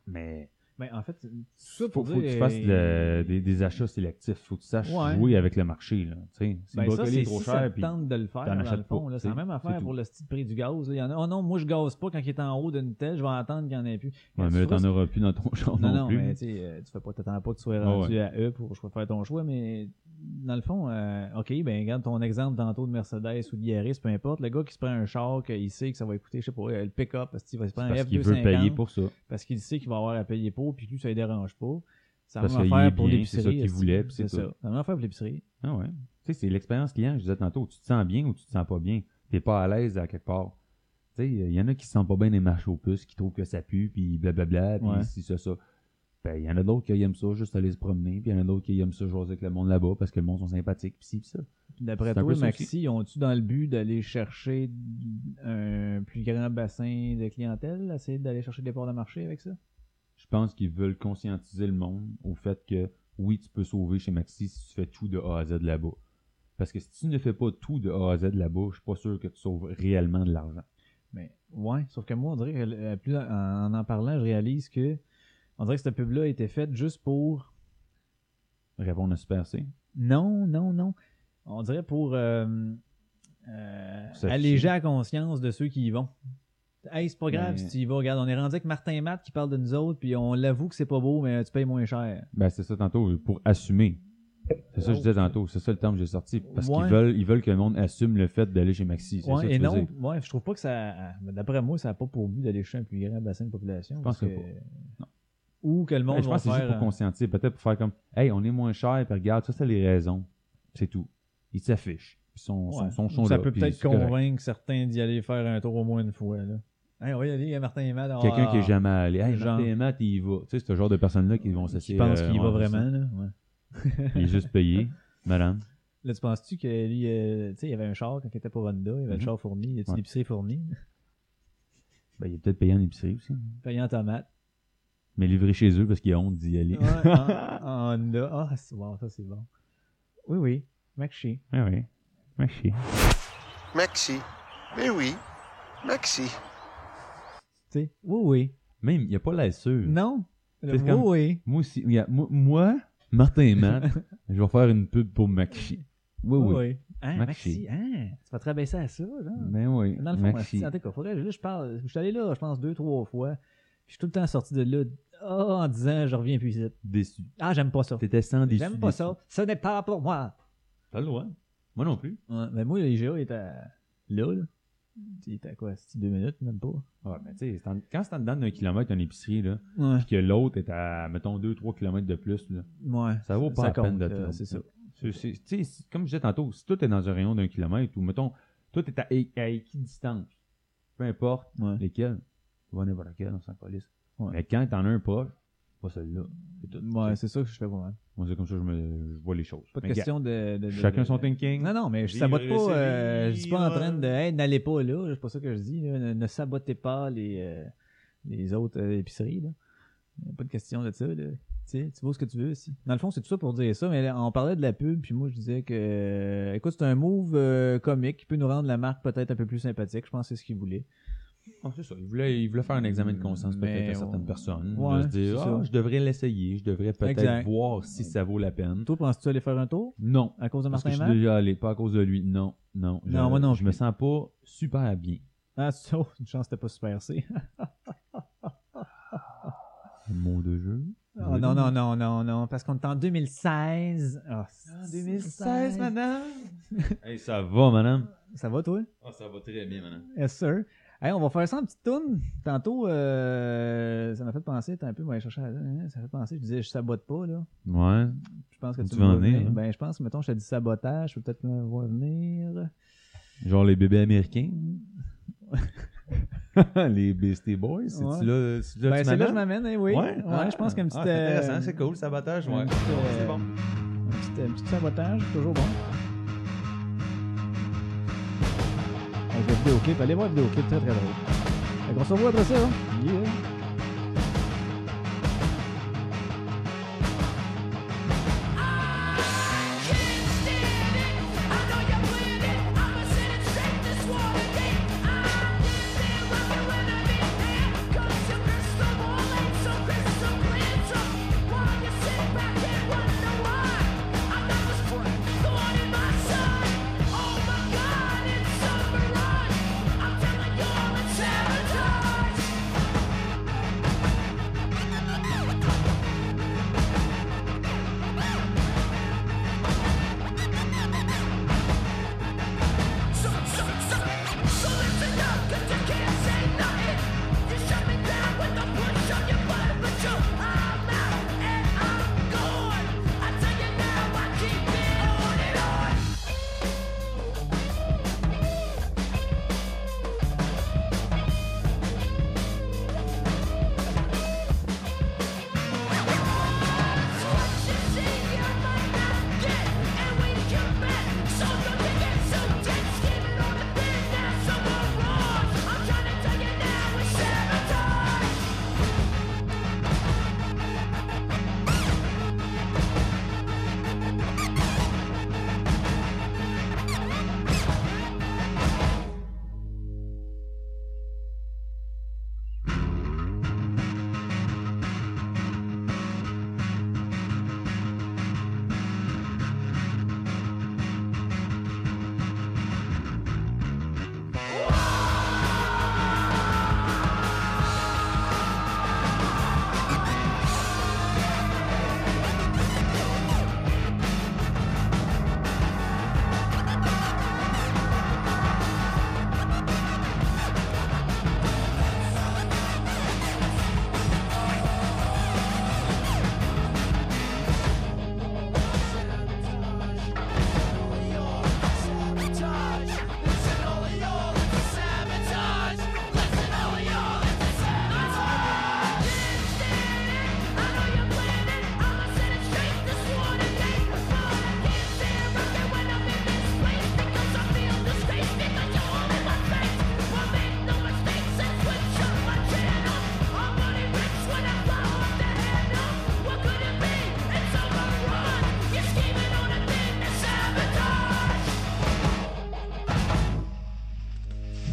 Mais
Ben, en fait, ça
faut,
pour
faut que
dire- euh,
tu fasses le- des, des achats sélectifs. Faut que tu saches
Ouais.
jouer avec le marché. Là. Tu sais, Si
ben
le
ça,
brocoli
c'est
est trop
si ça
cher,
te
puis
tente de le faire, dans le
achètes
fond.
pas,
là,
tu
c'est la
sais,
même affaire
c'est
pour le style prix du gaz. là. Il y en a, oh non, moi, je gaze pas quand il est en haut d'une telle, je vais attendre qu'il n'y en ait plus.
ouais,
Quand
mais
tu
là,
feras
t'en auras plus dans ton *laughs* genre
Non,
non,
non,
plus.
mais tu sais, euh, tu fais pas, t'attends pas que tu sois
Ah
rendu à eux pour cho- faire ton choix, mais dans le fond, euh, ok, ben regarde ton exemple tantôt de Mercedes ou de Yaris, peu importe, le gars qui se prend un char, qu'il sait que ça va écouter, je sais pas, euh, le pick-up, parce qu'il va se
C'est
prendre un
parce qu'il veut payer
F250,
pour ça.
parce qu'il sait qu'il va avoir à payer pour, puis lui, ça ne dérange pas. Ça
Parce
va
qu'il est
faire pour
bien,
l'épicerie.
c'est ça qu'il
est-ce que-
voulait, puis
C'est
c'est
ça.
tout.
Ça va faire pour l'épicerie.
Ah ouais. Tu sais, c'est l'expérience client, je disais tantôt, tu te sens bien ou tu te sens pas bien. T'es pas à l'aise à quelque part. Tu sais, il y en a qui se sentent pas bien des marches aux puces, qui trouvent que ça pue, puis blablabla, puis
Ouais.
si ça, ça. Ben, il y en a d'autres qui aiment ça, juste aller se promener, puis il y en a d'autres qui aiment ça, jouer avec le monde là-bas, parce que le monde sont sympathiques, puis ci, puis ça.
Puis D'après
C'est un
toi,
peu ça
Maxi, ont-tu dans le but d'aller chercher un plus grand bassin de clientèle, essayer d'aller chercher des ports de marché avec ça?
Je pense qu'ils veulent conscientiser le monde au fait que oui, tu peux sauver chez Maxi si tu fais tout de A à Z là-bas. Parce que si tu ne fais pas tout de A à Z là-bas, je suis pas sûr que tu sauves réellement de l'argent.
Mais Ben, ouais, sauf que moi, on dirait que euh, plus en, en en parlant, je réalise que on dirait que cette pub-là a été faite juste pour.
Répondre à Super C.
Non, non, non. On dirait pour euh, euh,
Ça
alléger la conscience de ceux qui y vont. Hey, c'est pas grave
Mais-
si tu y vas. Regarde, on est rendu avec Martin et Matt qui parle de nous autres, puis on l'avoue que c'est pas beau, mais tu payes moins cher.
Ben, c'est ça tantôt, pour assumer. C'est ça que je disais tantôt, c'est ça le terme que j'ai sorti. Parce
Ouais.
qu'ils veulent, ils veulent que le monde assume le fait d'aller chez Maxi. C'est
Ouais,
ça que
et
tu veux
non,
dire.
ouais, je trouve pas que ça. mais D'après moi, ça n'a pas pour but d'aller chercher un plus grand bassin de population.
Je pense
parce
que
Non. Ou que le monde
Ben, je
va
pense que c'est juste
faire, euh,
pour conscientiser, peut-être pour faire comme Hey, on est moins cher, puis regarde, ça, c'est les raisons. C'est tout. Ils s'affichent. Puis sont,
Ouais.
sont, sont, sont
ça
là,
peut
puis
peut-être
c'est correct.
convaincre certains d'y aller faire un tour au moins une fois. Là. Hey, on va y aller, il y a Martin et Matt. Ah,
Quelqu'un qui est jamais allé. Hey,
Genre.
Martin et Matt, il y va. Tu sais, c'est ce genre de personnes-là qui vont
Qui
s'asseoir.
pense
euh,
qu'il y va
ouais,
vraiment. Là, ouais.
c'est ça. Il est juste
*laughs*
payé, madame.
Là, tu penses-tu que lui, euh, tu sais, il y avait un char quand il était pour Honda, il y avait le
Mhm.
char fourni, *laughs* il y a-tu
Ouais.
l'épicerie fournie,
Ben, il est peut-être payé en épicerie aussi. hein.
payant tomate.
Mais livré chez eux parce qu'il a honte d'y aller.
*laughs* Ouais, en, en Honda. Ah, c'est bon, ça c'est bon. Oui, oui, Maxi.
Ah ouais. Ouais, chier.
Maxi. Ben oui, Maxi.
Tu sais, oui,
Même, il n'y a pas la sûre.
oui. Non, le
Mm. C'est
oui,
comme-
oui.
Moi aussi. regarde, moi, moi, Martin et Matt, *laughs* je vais faire une pub pour Maxi. Oui, oui.
oui. Hein,
Maxi.
Maxi, hein? Tu vas te rabaisser à ça, genre?
Ben oui.
Dans le fond,
Maxi.
en tout cas, faudrait, là, je parle, je suis allé là, je pense, deux, trois fois. Puis Je suis tout le temps sorti de là ah, en disant, je reviens plus vite.
Déçu.
Ah, j'aime pas ça.
T'étais sans déçu.
J'aime pas
déçu.
ça. Ce n'est pas pour moi.
T'as le droit. Moi non plus.
Ouais, mais Ben, moi, l'IGA était là, là. Il était à quoi, c'est deux minutes, même pas.
Ouais, Ah, mais tu sais, c'est en- quand c'est en dedans d'un kilomètre une épicerie, là,
Ouais,
puis que l'autre est à, mettons, 2-3 kilomètres de plus, là,
ouais.
ça vaut pas la peine
compte,
de
euh,
te
C'est ça.
C'est- c'est- tu sais, c'est- comme je disais tantôt, si tout est dans un rayon d'un kilomètre, ou mettons, tout est à, é- à équidistance, peu importe
Ouais.
lesquels, tu vas n'importe lequel, on s'en calisse.
Ouais.
Mais quand t'en as un proche, pas celui-là. C'est tout.
Ouais, c'est ça que je fais pour moi.
Moi, c'est comme ça que je, me, je vois les choses.
Pas de
Mais
question de, de-
gars,
de-
Chacun
de-
son thinking.
Non, non, mais je
Vivre
sabote
et
pas.
c'est
euh, je suis pas en
vivre.
train de. Hey, n'allez pas là. C'est pas ça que je dis. là. Ne, ne sabotez pas les, euh, les autres euh, épiceries. Là. Y a Pas de question de ça. Là. Tu sais, tu vaux ce que tu veux aussi. Dans le fond, c'est tout ça pour dire ça. Mais là, on parlait de la pub. Puis moi, je disais que. euh, écoute, c'est un move euh, comique qui peut nous rendre la marque peut-être un peu plus sympathique. Je pense que c'est ce qu'ils voulaient.
Ah, c'est ça. Il voulait, il voulait faire un examen de conscience peut-être
Mm, Mais
à certaines
on-
personnes.
Ouais,
de se dire,
c'est
ah,
ça.
je devrais l'essayer, je devrais peut-être
Exact.
voir si ça vaut la peine.
Mm. Toi, penses-tu aller faire un tour
Non.
à cause de
Parce que
Martin
je suis
Matt?
déjà allé, pas à cause de lui. Non, non. Je,
Non, moi non
Je me sens pas super bien.
Ah, ça, oh, une chance, c'était pas super C.
Mot de jeu.
Oh, non, non, non, non, non. Parce qu'on est en 2016. Ah, c'est-
madame. hey, ça va, madame.
Ça va, toi?
Ah, ça va très bien, madame.
Yes, sir. Hey, on va faire ça en petite toune. Tantôt, euh, ça m'a fait penser, t'as un peu, moi, je cherchais à- hein, ça m'a fait penser, je disais, je sabote pas, là.
Ouais.
Je pense que tu,
Tu
me
vas
vois
en venir, hein?
Ben, je pense, mettons, je te dis sabotage, je peux peut-être me voir venir.
Genre les
*laughs*
bébés américains. les Beastie Boys, c'est-tu
Ouais.
là, c'est là
Ben,
tu
c'est là que je
m'amènes?
m'amène, hein, oui.
Ouais, Ah,
je pense qu'un petit,
ah, c'est
euh,
intéressant, c'est cool, sabotage, ouais.
un petit,
Ouais, c'est
euh,
bon.
un petit, un petit sabotage, toujours bon. Avec le vidéoclip, allez voir le vidéoclip, très très drôle. Fait qu'on se revoit après ça, hein. Yeah.
Sabotage!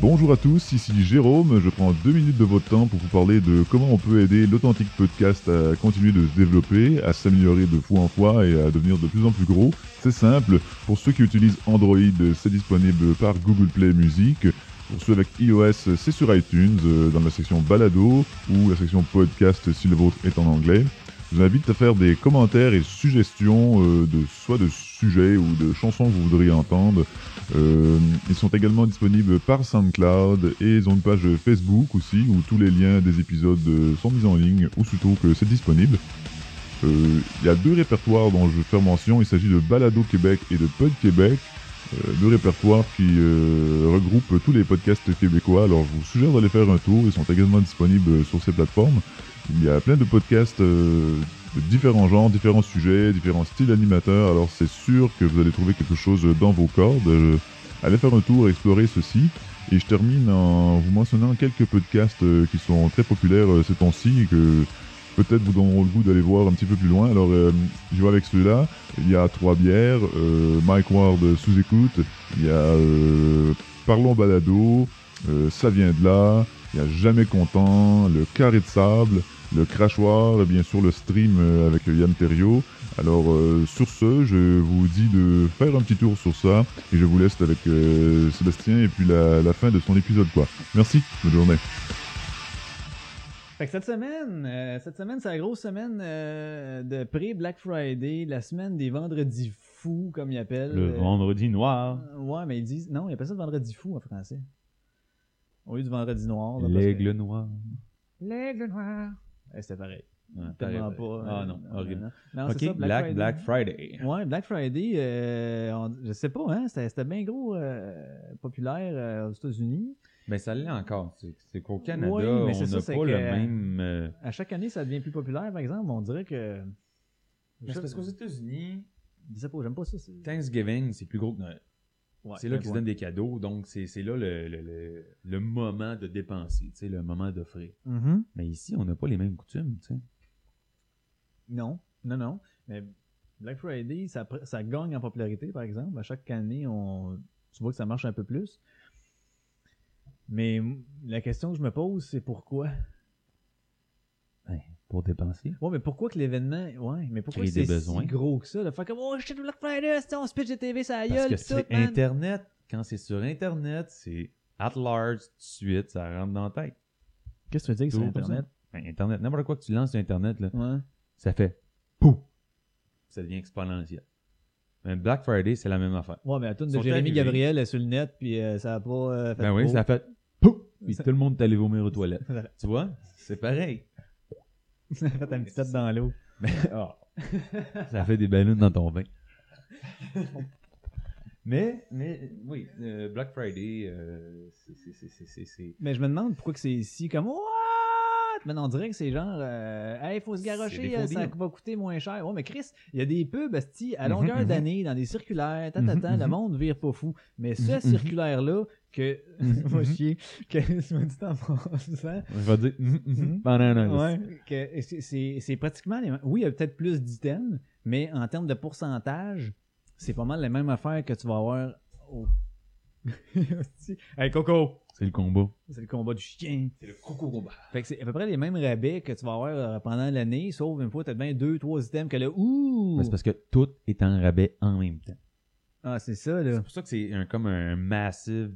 Bonjour à tous, ici Jérôme. Je prends deux minutes de votre temps pour vous parler de comment on peut aider l'authentique podcast à continuer de se développer, à s'améliorer de fois en fois et à devenir de plus en plus gros. C'est simple. Pour ceux qui utilisent Android, c'est disponible par Google Play Music. Pour ceux avec iOS, c'est sur iTunes, euh, dans la section balado ou la section podcast si le vôtre est en anglais. Je vous invite à faire des commentaires et suggestions euh, de soit de sujets ou de chansons que vous voudriez entendre. Euh, ils sont également disponibles par SoundCloud et ils ont une page Facebook aussi où tous les liens des épisodes euh, sont mis en ligne ou surtout que c'est disponible. Euh, Il y a deux répertoires dont je veux faire mention. Il s'agit de Balado Québec et de Pod Québec. Euh, deux répertoires qui euh, regroupent tous les podcasts québécois. Alors je vous suggère d'aller faire un tour. Ils sont également disponibles sur ces plateformes. Il y a plein de podcasts euh, de différents genres, différents sujets, différents styles animateurs. Alors c'est sûr que vous allez trouver quelque chose dans vos cordes. Euh, allez faire un tour, explorer ceci. Et je termine en vous mentionnant quelques podcasts euh, qui sont très populaires euh, ces temps-ci et que peut-être vous donneront le goût d'aller voir un petit peu plus loin. Alors euh, je vois avec celui-là. Il y a Trois Bières, euh, Mike Ward sous écoute. Il y a euh, Parlons Balado, euh, Ça vient de là. Il y a Jamais Content, Le Carré de Sable le crachoir, et bien sûr le stream euh, avec Yann Terriot. Alors euh, sur ce, je vous dis de faire un petit tour sur ça et je vous laisse avec euh, Sébastien et puis la, la fin de son épisode quoi. Merci, bonne journée.
Fait que cette semaine, euh, cette semaine, c'est la grosse semaine euh, de pré-Black Friday, la semaine des vendredis fous, comme ils appellent.
Le
Euh,
vendredi noir.
Ouais, mais ils disent. Non, ils appellent ça le vendredi fou en français. Au lieu du vendredi noir. là, parce que-
L'aigle noir.
L'aigle noir. Eh, C'était pareil.
Ouais,
Tellement
pareil,
pas.
pareil.
euh,
Ah non, horrible.
Non,
ok,
c'est ça, Black,
Black, Black
Friday.
Friday.
Ouais, Black Friday, euh, on- je sais pas, hein, c'était c'était bien gros euh, populaire euh, aux États-Unis.
Mais ça l'est encore. C'est c'est qu'au Canada,
Oui, mais
on
c'est
n'a
ça,
pas
c'est
le
que-
même. euh,
À chaque année, ça devient plus populaire, par exemple. On dirait que.
Mais
Je-
c'est parce qu'aux États-Unis,
Je sais pas, j'aime pas ça. c'est-
Thanksgiving, c'est plus gros que Noël.
Ouais,
c'est là
mais
qu'ils se
ouais.
donnent des cadeaux, donc c'est c'est là le, le- le- le moment de dépenser, tu sais, le moment d'offrir.
Mhm.
Mais ici, on n'a pas les mêmes coutumes, tu sais.
Non, non, non. Mais Black Friday, ça, pr- ça gagne en popularité, par exemple. À chaque année, on, tu vois que ça marche un peu plus. Mais m- la question que je me pose, c'est pourquoi?
Pour dépenser.
Ouais, mais pourquoi que l'événement. Ouais, mais pourquoi
Créer
c'est
des besoins.
si gros que ça? De faire comme, oh, je Black Friday, c'est- on se pitch des TV, ça
Parce
gueule,
que
pis tout,
c'est
man.
Internet. Quand c'est sur Internet, c'est at large tout de suite, ça rentre dans la tête.
Qu'est-ce que tu veux dire que sur
Tout comme ça.
Internet?
Ben, Internet, n'importe quoi que tu lances sur Internet, là,
Ouais.
ça fait pouf. Ça devient exponentiel. Mais Black Friday, c'est la même affaire.
Ouais, mais la tune de
Sont
Jérémy
arrivés.
Gabriel est sur le net, puis euh, ça a pas. euh, fait
Ben oui,
beau.
ça a fait pouf. Puis tout le monde est allé vomir aux toilettes.
*laughs* Voilà.
Tu vois? C'est
*laughs*
pareil.
ça a fait un petit tête dans l'eau.
Ça fait des ballons dans
*laughs*
ton bain. mais, mais, oui, euh, Black Friday, euh, c'est- c'est- c'est- c'est- c'est- c'est.
Mais je me demande pourquoi que c'est ici comme What? Mais non, on dirait que c'est genre euh, Hey, faut se
C'est des
garocher,
faux
euh, ça
deals.
va coûter moins cher. Ouais, mais Chris, il y a des pubs asti, à
Mhm,
longueur
mhm.
d'année dans des circulaires, tant,
Mhm,
le
mhm.
monde vire pas fou. Mais ce
Mhm, mhm.
circulaire-là, que *laughs*
Mhm,
moi
mhm.
chier, que *laughs* je me dis en passant,
Je vais dire. hum, hum, hum,
Mhm.
bananas.
ouais, que c'est- c'est c'est pratiquement les mêmes. Oui, il y a peut-être plus d'items, mais en termes de pourcentage, c'est pas mal la même affaire que tu vas avoir au. *laughs* Asti. hey Coco!
C'est le combat.
C'est le combat du chien.
C'est le coco combat.
Fait que c'est à peu près les mêmes rabais que tu vas avoir euh, pendant l'année, sauf une fois, t'as bien deux, trois items que là, ouh!
C'est parce que tout est en rabais en même temps.
Ah, c'est ça,
C'est
là.
pour ça que c'est un, comme un massive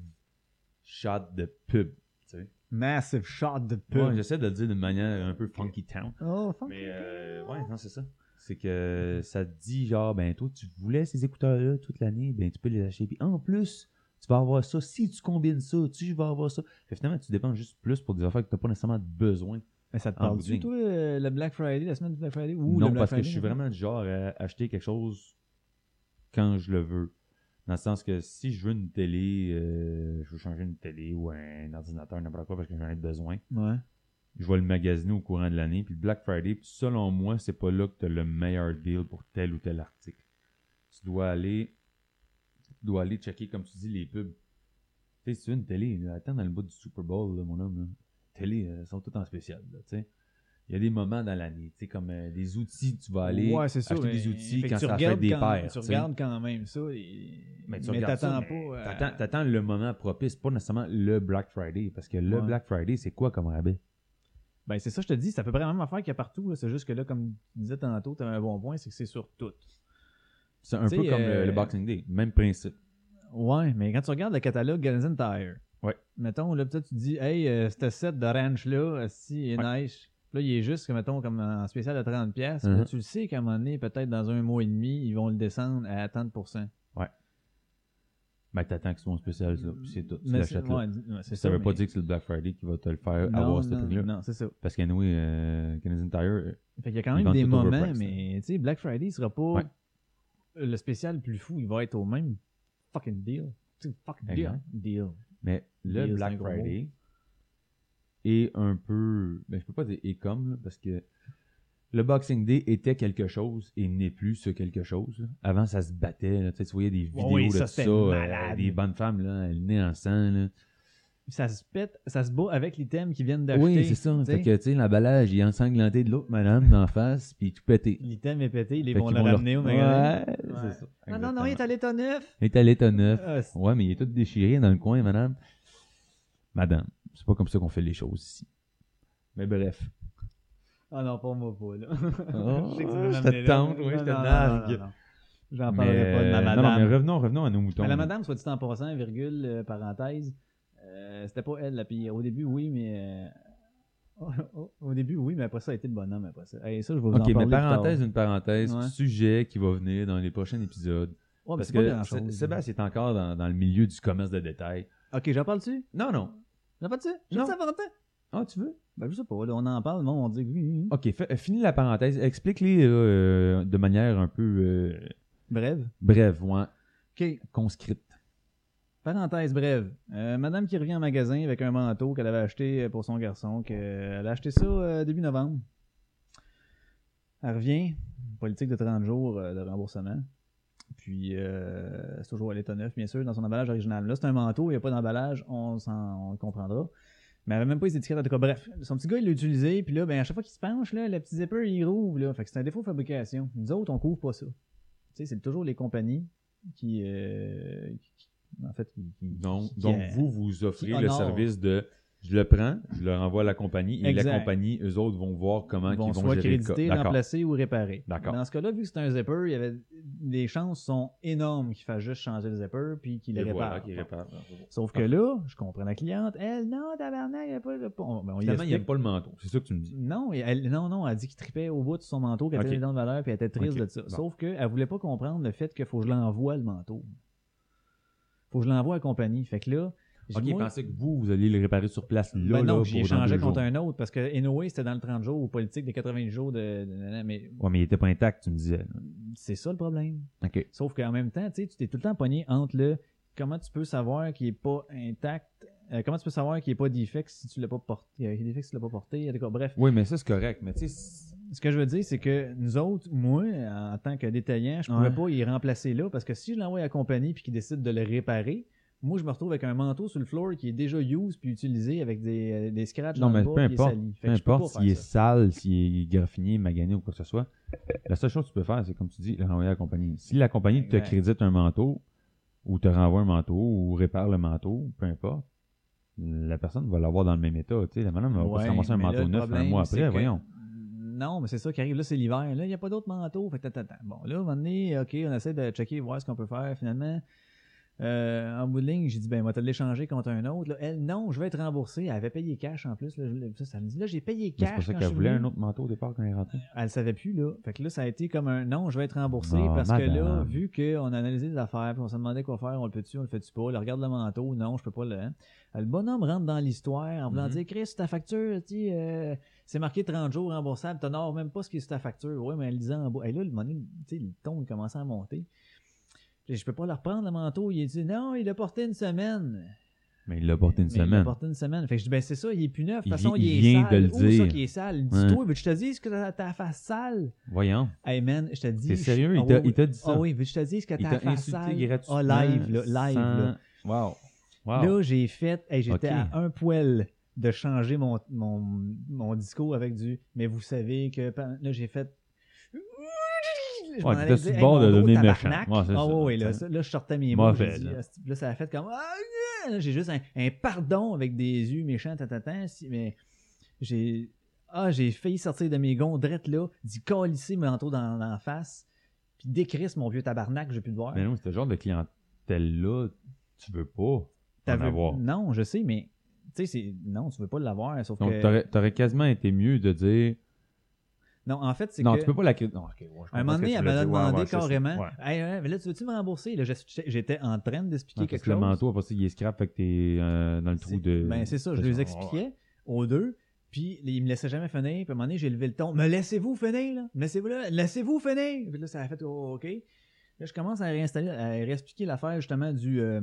shot de pub. tu sais.
Massive shot de pub.
Ouais, J'essaie de le dire d'une manière un peu funky town.
Oh, fuck.
Mais euh, ouais, non, c'est ça. C'est que ça te dit genre, ben toi, tu voulais ces écouteurs-là toute l'année, ben tu peux les acheter. Puis en plus, tu vas avoir ça. Si tu combines ça, tu vas avoir ça. Fait que finalement, tu dépenses juste plus pour des affaires que tu n'as pas nécessairement besoin.
Mais ça te
en bout de
parle-tu,
ligne.
toi, euh, le Black Friday, la semaine du Black Friday? Ou
non,
le Black
parce que
Friday,
je suis
maintenant?
vraiment du genre à acheter quelque chose quand je le veux. Dans le sens que si je veux une télé, euh, je veux changer une télé ou un ordinateur, n'importe quoi, parce que j'en ai besoin,
Ouais.
je vais le magasiner au courant de l'année. Puis le Black Friday, selon moi, c'est pas là que tu as le meilleur deal pour tel ou tel article. Tu dois aller, tu dois aller checker, comme tu dis, les pubs. Tu sais, si tu veux une télé, là, attends dans le bout du Super Bowl, là, mon homme. là. Télé, euh, elles sont toutes en spécial, là, tu sais. il y a des moments dans l'année, tu sais, comme euh, des outils, tu vas aller
ouais, c'est
acheter
ça, mais-
des outils
fait que
quand
tu
ça fait
regardes
des
quand-
paires.
Tu
tu sais.
regardes euh, quand même ça. et-
Mais
Mais
tu
tu
regardes ça,
t'attends
mais
pas. à-
T'attends, t'attends le moment propice, pas nécessairement le Black Friday, parce que le
Ouais.
Black Friday, c'est quoi comme rabais?
Ben, c'est ça, je te dis, c'est à peu près la même affaire qu'il y a partout. là. C'est juste que là, comme tu disais tantôt, tu un bon point, c'est que c'est sur tout.
C'est un
Tu
peu
sais,
comme le,
euh,
le Boxing Day, même principe.
Ouais, mais quand tu regardes le catalogue Guns N' Tire,
Ouais.
mettons, là, peut-être tu dis, hey, euh, ce set de ranch-là, euh, si, il est nice. Puis Là, il est juste, comme, mettons, comme en spécial à 30$. pièces
Mhm.
Tu le sais qu'à un moment donné, peut-être dans un mois et demi, ils vont le descendre à 30%.
Mais t'attends qu'ils soient en spécial, ça, puis c'est tout. Tu
Mais c'est-
l'achètes là.
ouais, ouais, c'est
ça veut pas
mais-
dire que c'est le Black Friday qui va te le faire
non,
avoir ce
non,
prix-là.
non, c'est ça.
Parce qu'à anyway, euh, Canadian Tire, euh,
Fait qu'il y a quand
Ils
même
vendent
des
tout
moments,
overpriced,
mais tu sais, Black Friday, il sera pas
Ouais.
le spécial le plus fou, il va être au même fucking deal. Tu sais, fucking deal.
Exact.
Deal.
mais le
Deal, c'est
Black
un gros mot.
Friday est un peu. Ben, je peux pas dire et comme, là, parce que le Boxing Day était quelque chose et n'est plus ce quelque chose. là. Avant, ça se battait. là. Tu sais, tu voyais des vidéos
oui,
de
ça,
tout
c'était
ça. euh,
malade.
des bonnes femmes, là, elles venaient en sang. Là.
Ça se pète, ça se bat avec l'item qu'ils viennent d'acheter.
Oui, c'est ça.
tu sais.
Fait que, tu sais, l'emballage, il est ensanglanté de l'autre madame d'en face, puis tout pété.
L'item est pété, ils
Fait
vont
qu'ils
le
leur-
ramener au
Ouais,
magasin.
c'est
Ouais.
ça.
Non, non, non, il est
Exactement.
allé ton neuf.
Il est allé ton neuf.
Ah, c'est-
Ouais, mais il est tout déchiré dans le coin, madame. Madame, c'est pas comme ça qu'on fait les choses ici.
*laughs*
Mais bref.
Ah non, pas moi, pas là. *laughs*
Oh,
sais que tu veux
je
l'amener là.
te tente, oui,
Non,
je te
non, non,
nargue.
non, non, non. J'en
Mais,
parlerai pas de ma
euh,
madame.
non, mais revenons, revenons à nos moutons.
Mais la madame, soit dit en passant, virgule, euh, parenthèse, euh, c'était pas elle la pire. Au début, oui, mais. euh, *laughs* au- au début, oui, mais après ça, elle était le bonhomme après ça. Et ça, je vais vous
Ok,
en parler.
mais parenthèse, une parenthèse,
Ouais. Oh,
sujet qui va venir dans les prochains épisodes. parce que Sé- Sébastien est encore dans, dans le milieu du commerce de détail.
Ok, j'en parle-tu
Non, non.
J'en parle-tu Je
Non.
sais pas
Ah, tu veux?
Ben, je sais pas, là, on en parle, le monde, on dit que oui, oui. oui.
Ok, fais- euh, finis la parenthèse. Explique-les euh, euh, de manière un peu euh,
Bref.
brève, ouais,
Ok,
conscrite.
Parenthèse brève. Euh, madame qui revient en magasin avec un manteau qu'elle avait acheté euh, pour son garçon, que, euh, elle a acheté ça euh, début novembre. Elle revient, politique de 30 jours euh, de remboursement. Puis, euh, c'est toujours à l'état neuf, bien sûr, dans son emballage original. Là, c'est un manteau, il n'y a pas d'emballage, on, s'en- on le comprendra. Mais elle avait même pas les étiquettes, en tout cas, bref. Son petit gars, il l'a utilisé, puis là, ben, à chaque fois qu'il se penche, là, le petit zipper, il rouvre. Là. Fait que c'est un défaut de fabrication. Nous autres, on couvre pas ça. Tu sais, c'est toujours les compagnies qui, euh, qui- qui- en fait, qui- qui-
Donc,
qui-
donc
euh,
vous, vous offrez
qui
le
honore.
service de je le prends, je le renvoie à la compagnie et la
Exact.
compagnie, eux autres, vont voir comment ils
vont
vont
soit
gérer le cas.
créditer,
D'accord.
remplacer ou réparer.
D'accord.
Dans ce cas-là, vu que c'est un zipper, il y avait, les chances sont énormes qu'il fasse juste changer le zipper puis qu'il le
Et
répare.
voilà, qu'ils réparent.
Sauf que là, je comprends la cliente, elle, non, tabarnak, il n'y a pas de... on- ben, on lui
Finalement, il
explique.
n'aime pas le manteau. C'est ça que tu me dis.
Non, et elle, non, non, elle dit qu'il tripait au bout de son manteau, qu'elle
Ok.
était dans de valeur, puis elle était triste
Ok,
de ça.
bon.
Sauf qu'elle voulait pas comprendre le fait qu'il faut que je l'envoie le manteau. faut que je l'envoie à la compagnie. Fait que là, j'ai
Ok,
dit,
il
moi,
pensait que vous, vous allez le réparer sur place là.
ben non,
là,
j'ai
pour dans
échangé
deux
contre
jours.
un autre parce que Inoue, c'était dans le 30 jours ou politique des 80 jours de. de- de- mais
Ouais, mais il était pas intact, tu me disais.
c'est ça le problème.
Ok.
Sauf qu'en même temps, tu sais, tu t'es tout le temps pogné entre le comment tu peux savoir qu'il est pas intact, euh, comment tu peux savoir qu'il est pas defect si tu l'as pas porté, euh, qu'il est defect si tu l'as pas porté. En tout cas, bref.
Oui, mais ça, c'est correct. Mais tu sais, c'est-
Ce que je veux dire, c'est que nous autres, moi, en tant que détaillant, je ne
Ouais.
pouvais pas y remplacer là parce que si je l'envoie à la compagnie puis qu'ils décident de le réparer, moi, je me retrouve avec un manteau sur le floor qui est déjà used puis utilisé avec des, euh, des scratchs
Non,
dans
mais
le
peu
bas puis il est
importe,
sali. Fait
peu
que je peux
importe
pas
s'il est
faire ça.
sale, s'il est graffiné, magané ou quoi que ce soit, la seule chose que tu peux faire, c'est comme tu dis, le renvoyer à la compagnie. Si la compagnie te
Exact.
crédite un manteau, ou te renvoie un manteau, ou répare le manteau, peu importe, la personne va l'avoir dans le même état. tu sais. La madame va pas se
Ouais,
ramasser un
mais là,
manteau
le
neuf un
problème,
mois
c'est
après,
que-
voyons.
Non, mais c'est ça qui arrive. Là, c'est l'hiver. Là, il n'y a pas d'autre manteau. Fait que t'attends, t'attends. Bon, là, à un moment donné, OK, on essaie de checker, voir ce qu'on peut faire finalement. Euh, en bout de ligne, j'ai dit, ben, moi, t'as de l'échanger contre un autre. Là, elle, non, je vais être remboursée. Elle avait payé cash en plus. Là, Je- ça, ça me dit, là, j'ai payé
Mais C'est
cash.
pour ça
quand
qu'elle
je suis
voulait
venue.
un autre manteau au départ quand elle est rentrée.
elle savait plus là. Fait que là, ça a été comme un non, je vais être remboursé
Ah,
parce que là,
madame.
vu qu'on a analysé les affaires, puis on se demandait quoi faire, on le peut-tu, on le fait-tu pas, là, regarde le manteau, non, je peux pas le. hein. Le bonhomme rentre dans l'histoire en voulant
Mhm.
dire Chris, ta facture, tu sais, euh, c'est marqué 30 jours remboursable, t'honores même pas ce qui est sur ta facture. Ouais, mais elle disait en bas. Et là, le, moment donné, tu sais, le ton il commençait à monter. J'ai dit, Je peux pas le reprendre le manteau. Il a dit non, il l'a porté une semaine.
Mais il l'a porté une
Mais Il l'a
semaine.
porté une semaine. Fait que je dis, ben c'est ça, il est plus neuf. De
Il
toute façon,
vi-
il,
il
est
vient
sale.
de le
Où
dire.
ça qui est sale? Dis-toi, veux que je te dise que t'as ta face sale?
Voyons.
Hey man, je te dis.
T'es
je-
sérieux? Il
Ah
t'a-
oui,
il t'a dit
Ah
ça?
oui, veux que je te dise que
Il hein,
ta
t'a
face
insulté
sale?
gratuitement.
Ah, live, là, live,
sans-
là.
Wow. Wow.
Là, j'ai fait. hey, j'étais
Ok.
à un poil de changer mon, mon, mon discours avec du mais vous savez que par- là j'ai fait je m'en
Ouais,
allais dire,
t'étais sur le
hey,
bord
mon
de
gros
donner
tabarnak.
méchant. Ouais, c'est
ah
ça.
ouais, ouais, là,
Ça-
ça- là, je sortais mes mots.
Mauvais,
j'ai dit,
là.
Asti, là, ça a fait comme ah, yeah! Là, j'ai juste un, un pardon avec des yeux méchants, tatatan, si- mais j'ai ah j'ai failli sortir de mes gonds drette là, d'y colisser mon manteau dans, dans la face, puis décrisse mon vieux tabarnak, j'ai plus de voir.
Mais non, ce genre de clientèle-là, tu veux pas
T'as
en
vu-
avoir.
Non, je sais, mais tu sais, c'est non, tu veux pas l'avoir, sauf
Donc,
que
t'aurais- t'aurais quasiment été mieux de dire.
non, en fait, c'est
Non,
que
tu peux pas la critiquer. Non, ok, ouais, je comprends
À un moment
ce que
donné,
tu
elle
voulais
m'a
dire. Ouais,
demandé
ouais, ça, c'est-
carrément
ouais.
Hey, hein, mais là, tu veux-tu me rembourser Là, je- J'étais en train d'expliquer
Non, parce
quelque
que
chose.
Le manteau, après ça, il est scrap, fait que t'es euh, dans le trou
C'est-
de.
Ben, c'est ça, je
de-
les expliquais aux deux, puis ils me laissaient jamais finir. Puis à un moment donné, j'ai levé le ton Me laissez-vous finir, là Me Laissez-vous là Laissez-vous finir Puis là, ça a fait Oh, OK. Là, je commence à réinstaller, à réexpliquer l'affaire justement du. euh,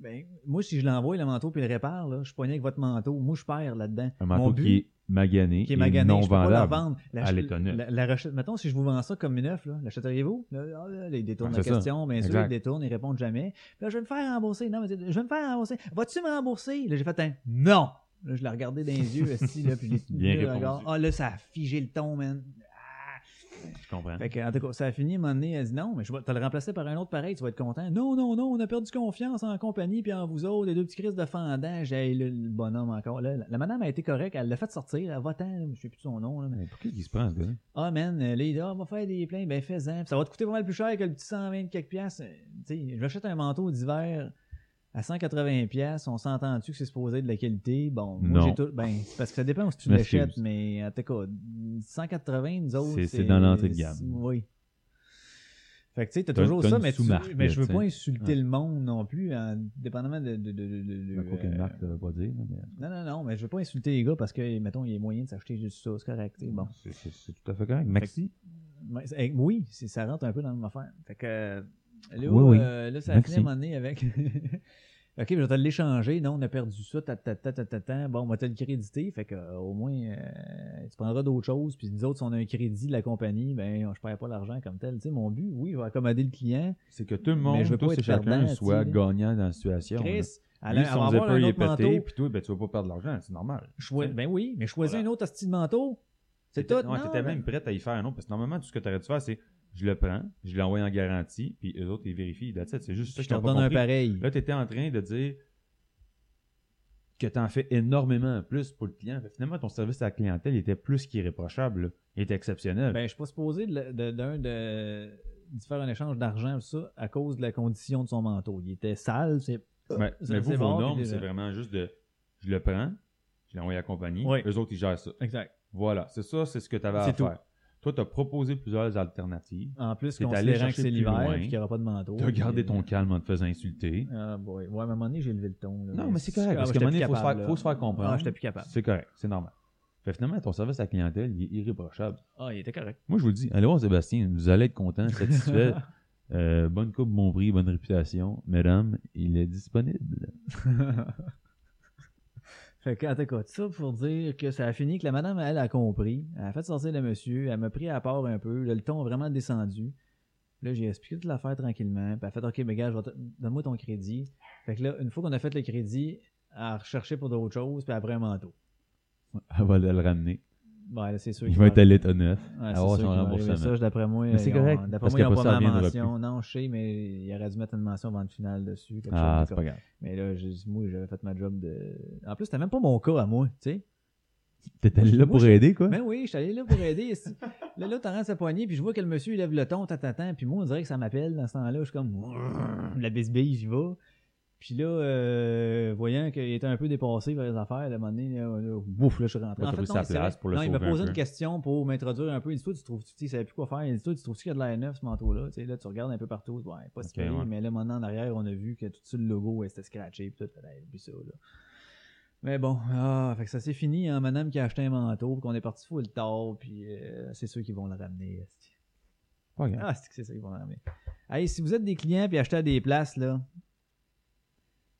ben, moi, si je l'envoie le manteau puis le répare, là, je suis poigné avec votre manteau. Moi, je perds là-dedans.
Un
Mon
manteau
but-
qui est magané,
qui est
et
magané,
non
je peux pas la
vendable.
vendre. La,
à l'étonnel.
la, la rachète- mettons, si je vous vends ça comme une œuf, là, l'achèteriez-vous? Là, ah, là, là, ils détournent
Ah,
la
c'est ça.
question, bien sûr,
Exact.
ils détournent, ils répondent jamais. Puis là, je vais me faire rembourser. Non, mais c'est- je vais me faire rembourser. Vas-tu me rembourser? Là, j'ai fait un non! Là, je l'ai regardé dans les
*laughs*
yeux, aussi, là, puis j'ai
Bien
là, le
répondu.
regard. Ah, là, ça a figé le ton, man. Ah!
Je comprends.
Fait que, en tout cas, ça a fini, à un moment donné, elle dit non, mais je vais te le remplacer par un autre pareil, tu vas être content. Non, non, non, on a perdu confiance en la compagnie puis en vous autres, les deux petits crises de fendage. Hey, là, le bonhomme encore. Là, la, la madame a été correcte, elle l'a fait sortir, elle va-t'en, je sais plus son nom. Là, mais-
Mais Pourquoi il se prend, ce gars-là?
Ah, man, euh, là, il dit, ah, on va faire des pleins, ben fais-en. Puis Ça va te coûter pas mal plus cher que le petit 120 quelques piastres. Euh, Tu sais, je m'achète un manteau d'hiver à 180 piastres, on s'entend-tu que c'est supposé de la qualité? Bon, moi,
Non.
j'ai tout, ben, c'est parce que ça dépend où tu
Je
l'achètes,
m'excuse.
mais en tout cas, 180, nous autres,
C'est- c'est dans l'entrée de gamme.
c'est- Oui. Fait que tu sais, t'as
T'as-
toujours
t'as
ça,
une
mais, tu-
sous-marque,
mais je veux
tu sais.
pas insulter
Ouais.
le monde non plus, en- dépendamment de... de, de, de- de-
Quoi qu'une
euh,
marque, ça veut pas dire. là, mais-
non, non, non, mais je veux pas insulter les gars parce que, mettons, il y a moyen de s'acheter juste ça, c'est correct, tu sais, bon.
C'est- C'est c'est tout à fait correct. Maxi,
Ouais, c'est- eh, oui, c'est- ça rentre un peu dans la même affaire. Fait que, euh, là,
Oui, oui.
euh, là, ça a
Merci.
fini à un moment donné avec. *laughs* ok, je vais te l'échanger. Non, on a perdu ça. Ta, ta, ta, ta, ta, ta. Bon, on va te le créditer. Fait que, euh, au moins, euh, tu prendras d'autres choses. Puis nous autres, si on a un crédit de la compagnie, ben, je perds pas l'argent comme tel. Tu sais, mon but, oui, je vais accommoder le client.
c'est que tout le monde,
je veux pas
tous et
être
chacun,
perdant, tu
soit
sais, là.
gagnant dans la situation.
Chris,
là.
elle,
Lui,
elle va
son
avoir
zipper,
un
il est
autre
pété,
manteau.
puis toi, ben, tu vas pas perdre de l'argent, c'est normal.
Choi- Ben oui, mais choisis
Voilà.
un autre style de manteau. C'est tout.
T'étais-
non,
ouais,
ben,
T'étais
mais-
même prête à y faire un autre, parce que normalement, tout ce que t'aurais dû faire, c'est je le prends, je l'envoie en garantie, puis eux autres, ils vérifient, that's it. C'est juste ça que
Je te
t'as pas
redonne un
compris.
pareil.
Là, tu étais en train de dire que tu en fais énormément en plus pour le client. Fait que Finalement, ton service à la clientèle était plus qu'irréprochable. là. Il était
*laughs*
exceptionnel.
Ben, je suis pas supposé de, de, d'un de, d'y faire un échange d'argent tout ça à cause de la condition de son manteau. Il était sale, c'est.
Ouais,
ça,
mais vous,
c'est
vos
bon,
normes,
puis
c'est
déjà.
vraiment juste de je le prends, je l'envoie à la compagnie,
Oui.
eux autres, ils gèrent ça.
Exact.
Voilà, c'est ça, c'est ce que tu avais à
C'est tout.
faire. Toi, tu as proposé plusieurs alternatives.
En plus,
T'es allé
considérant que c'est
chercher plus
l'hiver
loin.
et qu'il n'y aura pas de manteau.
Tu as gardé
puis,
ton calme en te faisant insulter.
Ah, boy. Ouais, à un moment donné, j'ai levé le ton. là.
Non, mais c'est correct,
Ah,
parce
j'étais
qu'à un moment
plus
donné, faut se
capable,
faire-
là.
faut se faire comprendre.
Ah, j'étais plus capable.
C'est correct, c'est normal. Fait que finalement, ton service à la clientèle, il est irréprochable.
Ah, il était correct.
Moi, je vous le dis, allez voir Sébastien, vous allez être *laughs* content, satisfait. Euh, bonne coupe, bon prix, bonne réputation. Mesdames, il est disponible.
Fait que, en tout cas, ça pour dire que ça a fini, que la madame, elle, a compris. Elle a fait sortir le monsieur, elle m'a pris à part un peu, là, le ton a vraiment descendu. Là, j'ai expliqué toute l'affaire tranquillement, puis elle a fait « Ok, mais gars, je vais te- donne-moi ton crédit. » Fait que là, une fois qu'on a fait le crédit, elle a recherché pour d'autres choses, puis après un manteau.
Elle va le ramener.
Bon, là, c'est sûr
Il
qu'il
va
va-
être à l'état neuf.
Ouais, c'est sûr
avoir son
qu'il va arriver
remboursement.
Ça, je- d'après moi,
Mais c'est
ils ont-
correct,
D'après
parce
moi, ils
qu'après
n'ont
ça,
pas
elle
ma
reviendra
mention. Non, je sais, mais il aurait dû mettre une mention avant de finale dessus. quelque chose
Ah,
du
c'est
cas.
pas grave.
Mais là, j'ai dit, moi, j'avais fait ma job de. En plus, c'était même pas mon cas à moi, tu sais.
T'es allé là
Moi,
pour
je-
aider, quoi?
Ben oui, je suis allé là pour aider. ici. là, là, t'arrêtes sa poignée, puis je vois que le monsieur, il lève le ton, tatatan, puis moi, on dirait que ça m'appelle dans ce temps-là. Je suis comme, la bisbille, j'y vais. Puis là, euh, voyant qu'il était un peu dépassé vers les affaires, à un moment donné, là, là, bouf, là, je suis rentré.
Ouais, t'as pris sa
c'est
place
vrai.
pour le
Non, il m'a
sauver un
posé
peu.
une question pour m'introduire un peu. Il dit, toi, tu trouves, tu sais, il savait plus quoi faire. Il dit, toi, tu trouves qu'il y a de la neuf, ce manteau-là. Tu sais, là, tu regardes un peu partout. Ouais, pas si
Ok,
pire,
ouais.
mais là, maintenant, en arrière, on a vu que tout ça, le logo, ouais, c'était scratché, puis tout, là, puis ça, là. Mais bon, ah, fait que ça s'est fini, hein, madame qui a acheté un manteau, puis qu'on est parti full tard, puis euh, c'est ceux qui vont le ramener. esti.
Pas grave.
Ah, c'est que c'est ça qu'ils vont le ramener. Hey, si vous êtes des clients puis achetez à des places, là,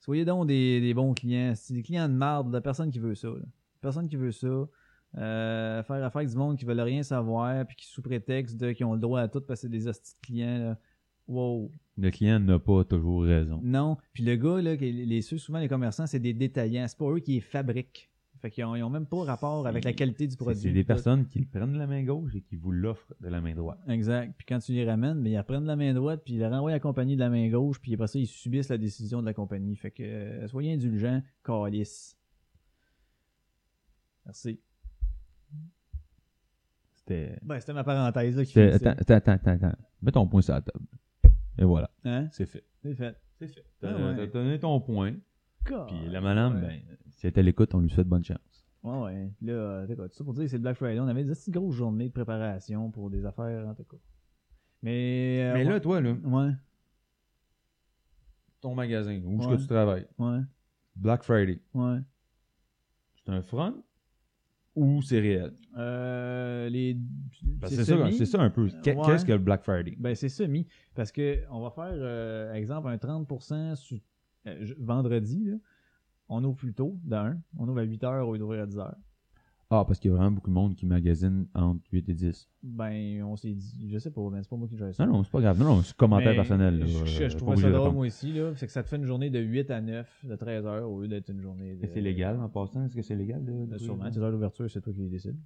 soyez donc des, des bons clients. C'est des clients de marde, là, personne qui veut ça. là. Personne qui veut ça. Euh, faire affaire avec du monde qui veulent rien savoir, puis qui sous prétexte de qui ont le droit à tout parce que c'est des hosties de clients, là. Wow.
Le client n'a pas toujours raison.
Non. Puis le gars, là, qui- les ceux, souvent les commerçants, c'est des détaillants. C'est pas eux qui les fabriquent. Fait qu'ils n'ont même pas rapport avec
C'est-
la qualité du
C'est-
produit.
C'est des personnes qui le prennent de la main gauche et qui vous l'offrent de la main droite.
Exact. Puis quand tu les ramènes, ben, ils apprennent de la main droite, puis ils la renvoient à la compagnie de la main gauche, puis après ça, ils subissent la décision de la compagnie. Fait que euh, soyez indulgents, calice. Merci.
C'était.
Ben, c'était ma parenthèse là, qui
c'était-
finissait.
Attends, attends, attends, attends, attends. Mets ton point sur la table. Et voilà.
Hein?
C'est fait.
C'est fait.
C'est fait.
Ah
T'as
ouais.
t'as donné ton point. Puis la madame,
Ah, ouais.
ben, si elle est à l'écoute, on lui souhaite bonne chance.
Ouais, ouais. Puis là, euh, t'sais quoi, tout ça pour dire que c'est le Black Friday. On avait des assez grosses journées de préparation pour des affaires, en tout cas. Mais. euh,
Mais
ouais.
là, toi, là,
Ouais,
ton magasin, où est-ce
Ouais.
que tu travailles?
ouais,
Black Friday.
ouais.
C'est un front ou c'est réel?
Euh, les.
Parce que Ben, C'est ça,
semi.
c'est ça un peu. Qu'est-
Ouais.
Qu'est-ce que le Black Friday?
Ben, c'est semi. Parce que on va faire, euh, exemple, un 30% sur- euh, je- vendredi. là. On ouvre plus tôt, d'un. On ouvre à 8 h au lieu d'ouvrir à 10 h
Ah, parce qu'il y a vraiment beaucoup de monde qui magasine entre 8 et 10.
Ben, on s'est dit, je sais pas, mais c'est pas moi qui gère ça.
Non, non, c'est pas grave. Non, non, c'est commentaire
Mais
personnel. là.
Je, je,
Euh,
je
pas
trouvais
obligé
ça
de
drôle,
répondre.
moi aussi, là. C'est que ça te fait une journée de 8 à 9, de 13 h au lieu d'être une journée. De...
Et c'est légal en passant? Est-ce que c'est légal? De, de-
Euh, Sûrement, tes heures d'ouverture, c'est toi qui les décides.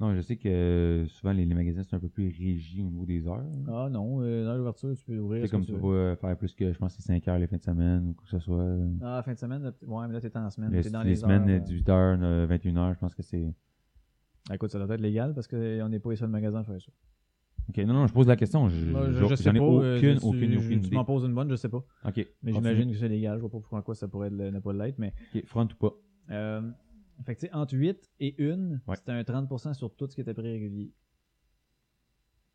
Non, je sais que euh, souvent les, les magasins sont un peu plus régis au niveau des heures.
Ah non, euh, l'heure d'ouverture, tu peux ouvrir.
C'est
ce que
comme
tu
tu
veux.
vas euh, faire plus que, je pense, que c'est 5 heures les fins de semaine ou quoi que ce soit.
Ah, fin de semaine, là, t- ouais, mais là, t'es en semaine.
Les,
t'es dans
les
les,
semaines
heures, euh,
18h, 21h, je pense que c'est. euh,
Ah, Écoute, ça doit être légal parce qu'on n'est pas les seuls magasins à faire ça.
Ok, non, non, je pose la question. Je,
Moi,
je- j'en ai
euh,
aucune,
tu-
aucune, aucune
Tu
idée.
m'en poses une bonne, je sais pas.
Ok.
Mais j'imagine que c'est légal. Je vois pas pourquoi quoi ça pourrait le- ne pas l'être. Mais,
Ok, front ou pas.
euh, fait que, tu sais, entre 8 et 1,
Ouais.
c'était un 30% sur tout ce qui était prix régulier.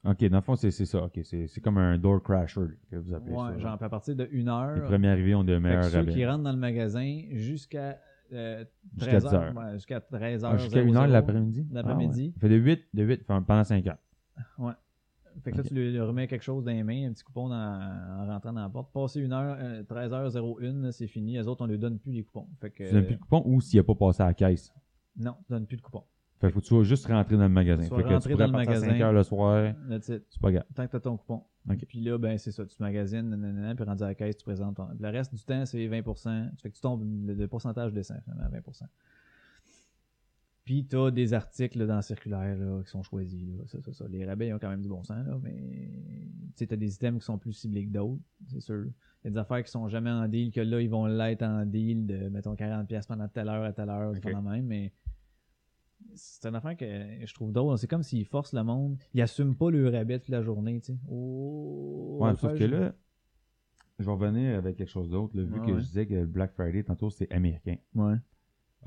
Ok, dans le fond, c'est c'est ça. Ok, c'est c'est comme un door crasher que vous appelez ça.
Ouais,
là.
genre, puis à partir de 1 heure.
Les premiers arrivés ont de
fait que
meilleurs
ceux qui
rabais.
rentrent dans le magasin jusqu'à euh,
Jusqu'à
13
10 heures.
ouais, jusqu'à 13
Ah,
heures.
Jusqu'à
00.
1h l'après-midi.
L'après-midi.
Ah, ouais. Fait de 8, de 8 enfin, pendant 5 heures.
Fait que
Ok.
là, tu lui, lui remets quelque chose dans les mains, un petit coupon dans- en rentrant dans la porte. Passé 1 heure, euh, 13h01, là, c'est fini. Les autres, on ne lui donne plus les coupons. Fait que,
Tu n'as plus de coupon ou s'il n'y a pas passé à la caisse.
Non, tu donnes plus de coupons.
Fait faut que tu sois juste rentré dans le magasin.
Tu
Fait
sois
que tu
rentré
pourrais
dans le
partir à 5
magasin.
heures le soir.
That's it.
C'est pas grave.
tant que t'as ton coupon.
Ok.
Puis là, ben, c'est ça. Tu magasines, nanana, puis rendu à la caisse, tu présentes. ton- Le reste du temps, c'est 20 Fait que tu tombes, le, le pourcentage descend finalement à 20 Puis t'as des articles là, dans le circulaire là, qui sont choisis. là. Ça, ça, ça. Les rabais, ils ont quand même du bon sens, là, mais tu sais, t'as des items qui sont plus ciblés que d'autres, c'est sûr. Il y a des affaires qui sont jamais en deal, que là, ils vont l'être en deal de, mettons, 40$ pendant telle heure à telle heure,
Ok.
pendant même, mais c'est une affaire que je trouve drôle. C'est comme s'ils forcent le monde. Ils n'assument pas le rabais toute la journée, tu sais. Oh,
Ouais,
on va
sauf
faire
que
ju-
là, je vais revenir avec quelque chose d'autre. là, Vu
Ouais,
que
ouais.
je disais que le Black Friday, tantôt, c'est américain.
Ouais.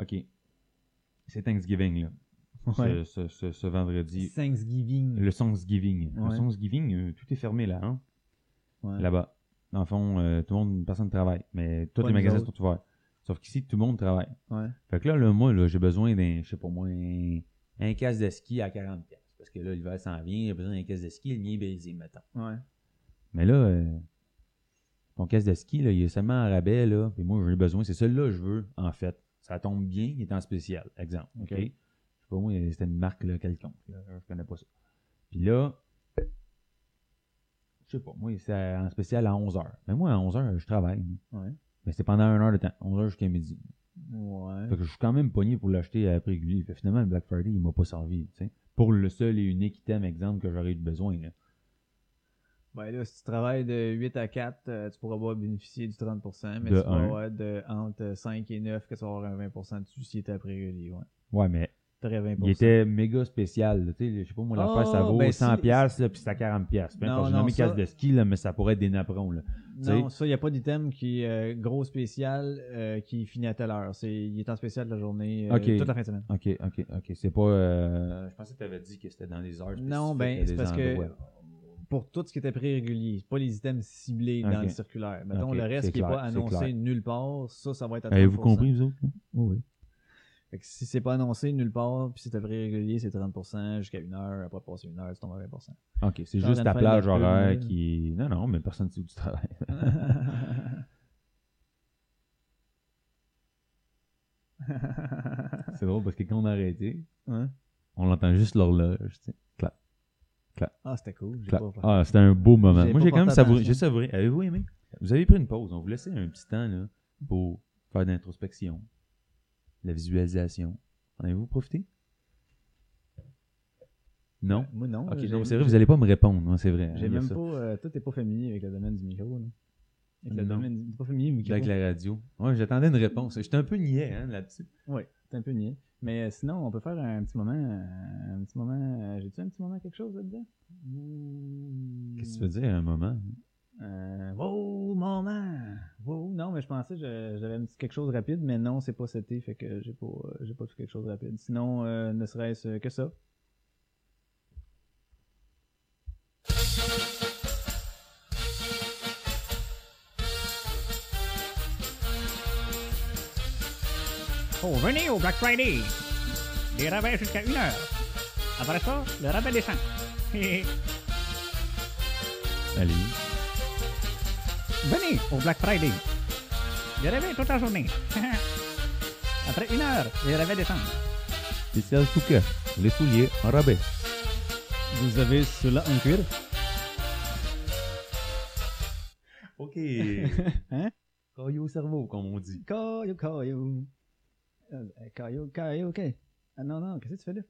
OK. C'est Thanksgiving, là.
Ouais.
Ce, ce- ce- ce vendredi.
Thanksgiving.
Le Thanksgiving.
Ouais.
Le Thanksgiving, euh, tout est fermé, là, hein,
Ouais.
là-bas. Dans le fond, euh, tout le monde, personne ne travaille. Mais tous
Pas
les
nous
magasins
autres.
sont ouverts. Sauf qu'ici, tout le monde travaille.
Ouais.
Fait que là, là moi, là, j'ai besoin d'un, je sais pas moi, un, un casque de ski à 40$. Parce que là, l'hiver s'en vient, j'ai besoin d'un casque de ski, le mien est baisé, mettons.
Ouais.
Mais là, euh, ton casque de ski, là, il est seulement en rabais, là. Puis moi, j'en ai besoin. C'est celui-là que je veux, en fait. Ça tombe bien, il est en spécial, exemple. OK?
Ok.
Je sais pas, moi, c'était une marque là, quelconque. Là, je connais pas ça. Puis là, je sais pas, moi, c'est en spécial à 11h. Mais moi, à 11h, je travaille.
Ouais.
Mais c'est pendant une heure de temps. 11h jusqu'à midi.
Ouais.
Fait que je suis quand même pogné pour l'acheter à prix régulier. Fait que finalement, le Black Friday, il m'a pas servi, tu sais. Pour le seul et unique item, exemple, que j'aurais eu besoin, là.
Ben là, si tu travailles de 8 à 4, euh, tu pourras pas bénéficier du 30%, mais
De
tu pourras
un.
avoir de, entre 5 et 9 que tu vas avoir un 20% dessus si t'es après relié, ouais.
Ouais, mais
T'aurais 20%.
Il était méga spécial. là, Tu sais, je sais pas, moi, l'affaire, ça
Ah,
vaut
ben, si-
100$, piastres, là, puis c'est à 40$. piastres. Peu
Non,
importe, J'ai
non,
nommé
ça-
casse de ski, là, mais ça pourrait être des napperons. Là.
Non,
t'sais.
ça, il n'y a pas d'item qui est euh, gros spécial euh, qui finit à telle heure. C'est, il est en spécial de la journée, euh,
Ok.
toute la fin de semaine.
Ok, ok, ok. C'est pas. euh, Je pensais que tu avais dit que c'était dans les heures.
Non,
spécifiques
ben,
à
c'est
des
parce que
endroits.
pour tout ce qui était prix régulier, c'est pas les items ciblés dans
Ok.
le circulaire. Mettons,
Ok,
le reste
c'est
qui n'est
clair,
pas
c'est
annoncé
clair.
nulle part, ça, ça va être à 30%.
Avez-vous compris, vous autres là? Oh, Oui.
Fait que si c'est pas annoncé nulle part, puis c'est un prix régulier, c'est 30% jusqu'à une heure. Après passer une heure, tu tombes à 20%.
Ok, c'est
T'es en train
juste
de
ta
faire de la
plage
pub,
horaire
là.
qui. est- Non, non, mais personne ne sait où tu *laughs* travailles. c'est drôle parce que quand on a arrêté,
Hein?
on entend juste l'horloge, tu sais. Clap,
ah, c'était cool. J'ai
clap.
pas fait.
Ah, c'était un beau moment.
J'ai
Moi,
pas
j'ai quand même
porté
savouré.
attention.
J'ai savouré. Avez-vous aimé? Vous avez pris une pause. On vous laissait un petit temps, là, pour faire de l'introspection. la visualisation. En avez-vous profité? Non?
Moi, non.
Ok,
j'ai-
non, c'est vrai, vous allez pas me répondre, hein, c'est vrai. hein,
J'ai
il y a
même
ça.
pas. euh, toi, t'es pas familier avec le domaine du micro. Là. Avec le
Non.
domaine du- T'es pas familier du micro.
Avec la radio. Ouais, j'attendais une réponse. J'étais un peu niais hein, là-dessus.
Oui, c'est un peu niais. Mais euh, sinon, on peut faire un petit moment. euh, un petit moment. euh, J'ai-tu un petit moment quelque chose là-dedans? Hmm.
Qu'est-ce que tu veux dire à un moment?
Euh, wow, moment! Wow! Non, mais je pensais que je- j'avais un petit quelque chose de rapide, mais non, c'est pas cet été, fait que j'ai pas, euh, j'ai pas tout quelque chose de rapide. Sinon, euh, ne serait-ce que ça.
Oh, venez au Black Friday. Des rabais jusqu'à 1 heure. Après ça, le rabais descend.
*laughs*
venez
Allez.
au Black Friday. Des rabais toute la
*laughs*
journée. Après 1 heure, les rabais descendent.
Spécial Souka. Les souliers en rabais.
Vous avez cela en cuir?
OK.
*laughs* Hein?
Caillou au cerveau, comme on dit.
Caillou, caillou. Euh, euh, Caillou, caillou, ok. Ah non, non, qu'est-ce que tu fais là?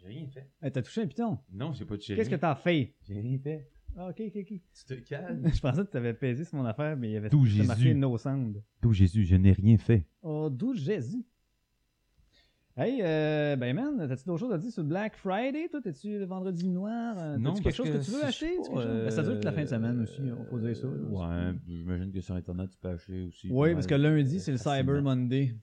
J'ai rien fait.
Eh, t'as touché un piton.
Non, j'ai pas de
Qu'est-ce que t'as fait?
J'ai rien fait.
Ah, ok, ok, ok.
Tu te calmes.
*laughs* je pensais que t'avais pesé sur mon affaire, mais il y avait
D'où
c'était marqué
Jésus.
No Sound.
Tout Jésus, je n'ai rien fait.
Oh, d'où Jésus? Hey, euh, ben man, t'as-tu d'autres choses à dire sur le Black Friday? Toi, t'es-tu le vendredi noir? Euh,
Non,
T'as-tu
parce
quelque chose que, tu veux
si
acheter?
je
Tu
sais
quelque
pas,
chose? Ben, ça dure toute la fin de semaine
euh,
aussi, on faut dire ça. là.
Ouais, ben, j'imagine que sur Internet, tu peux acheter aussi.
Oui, parce que lundi, c'est le
Facilement.
Cyber Monday.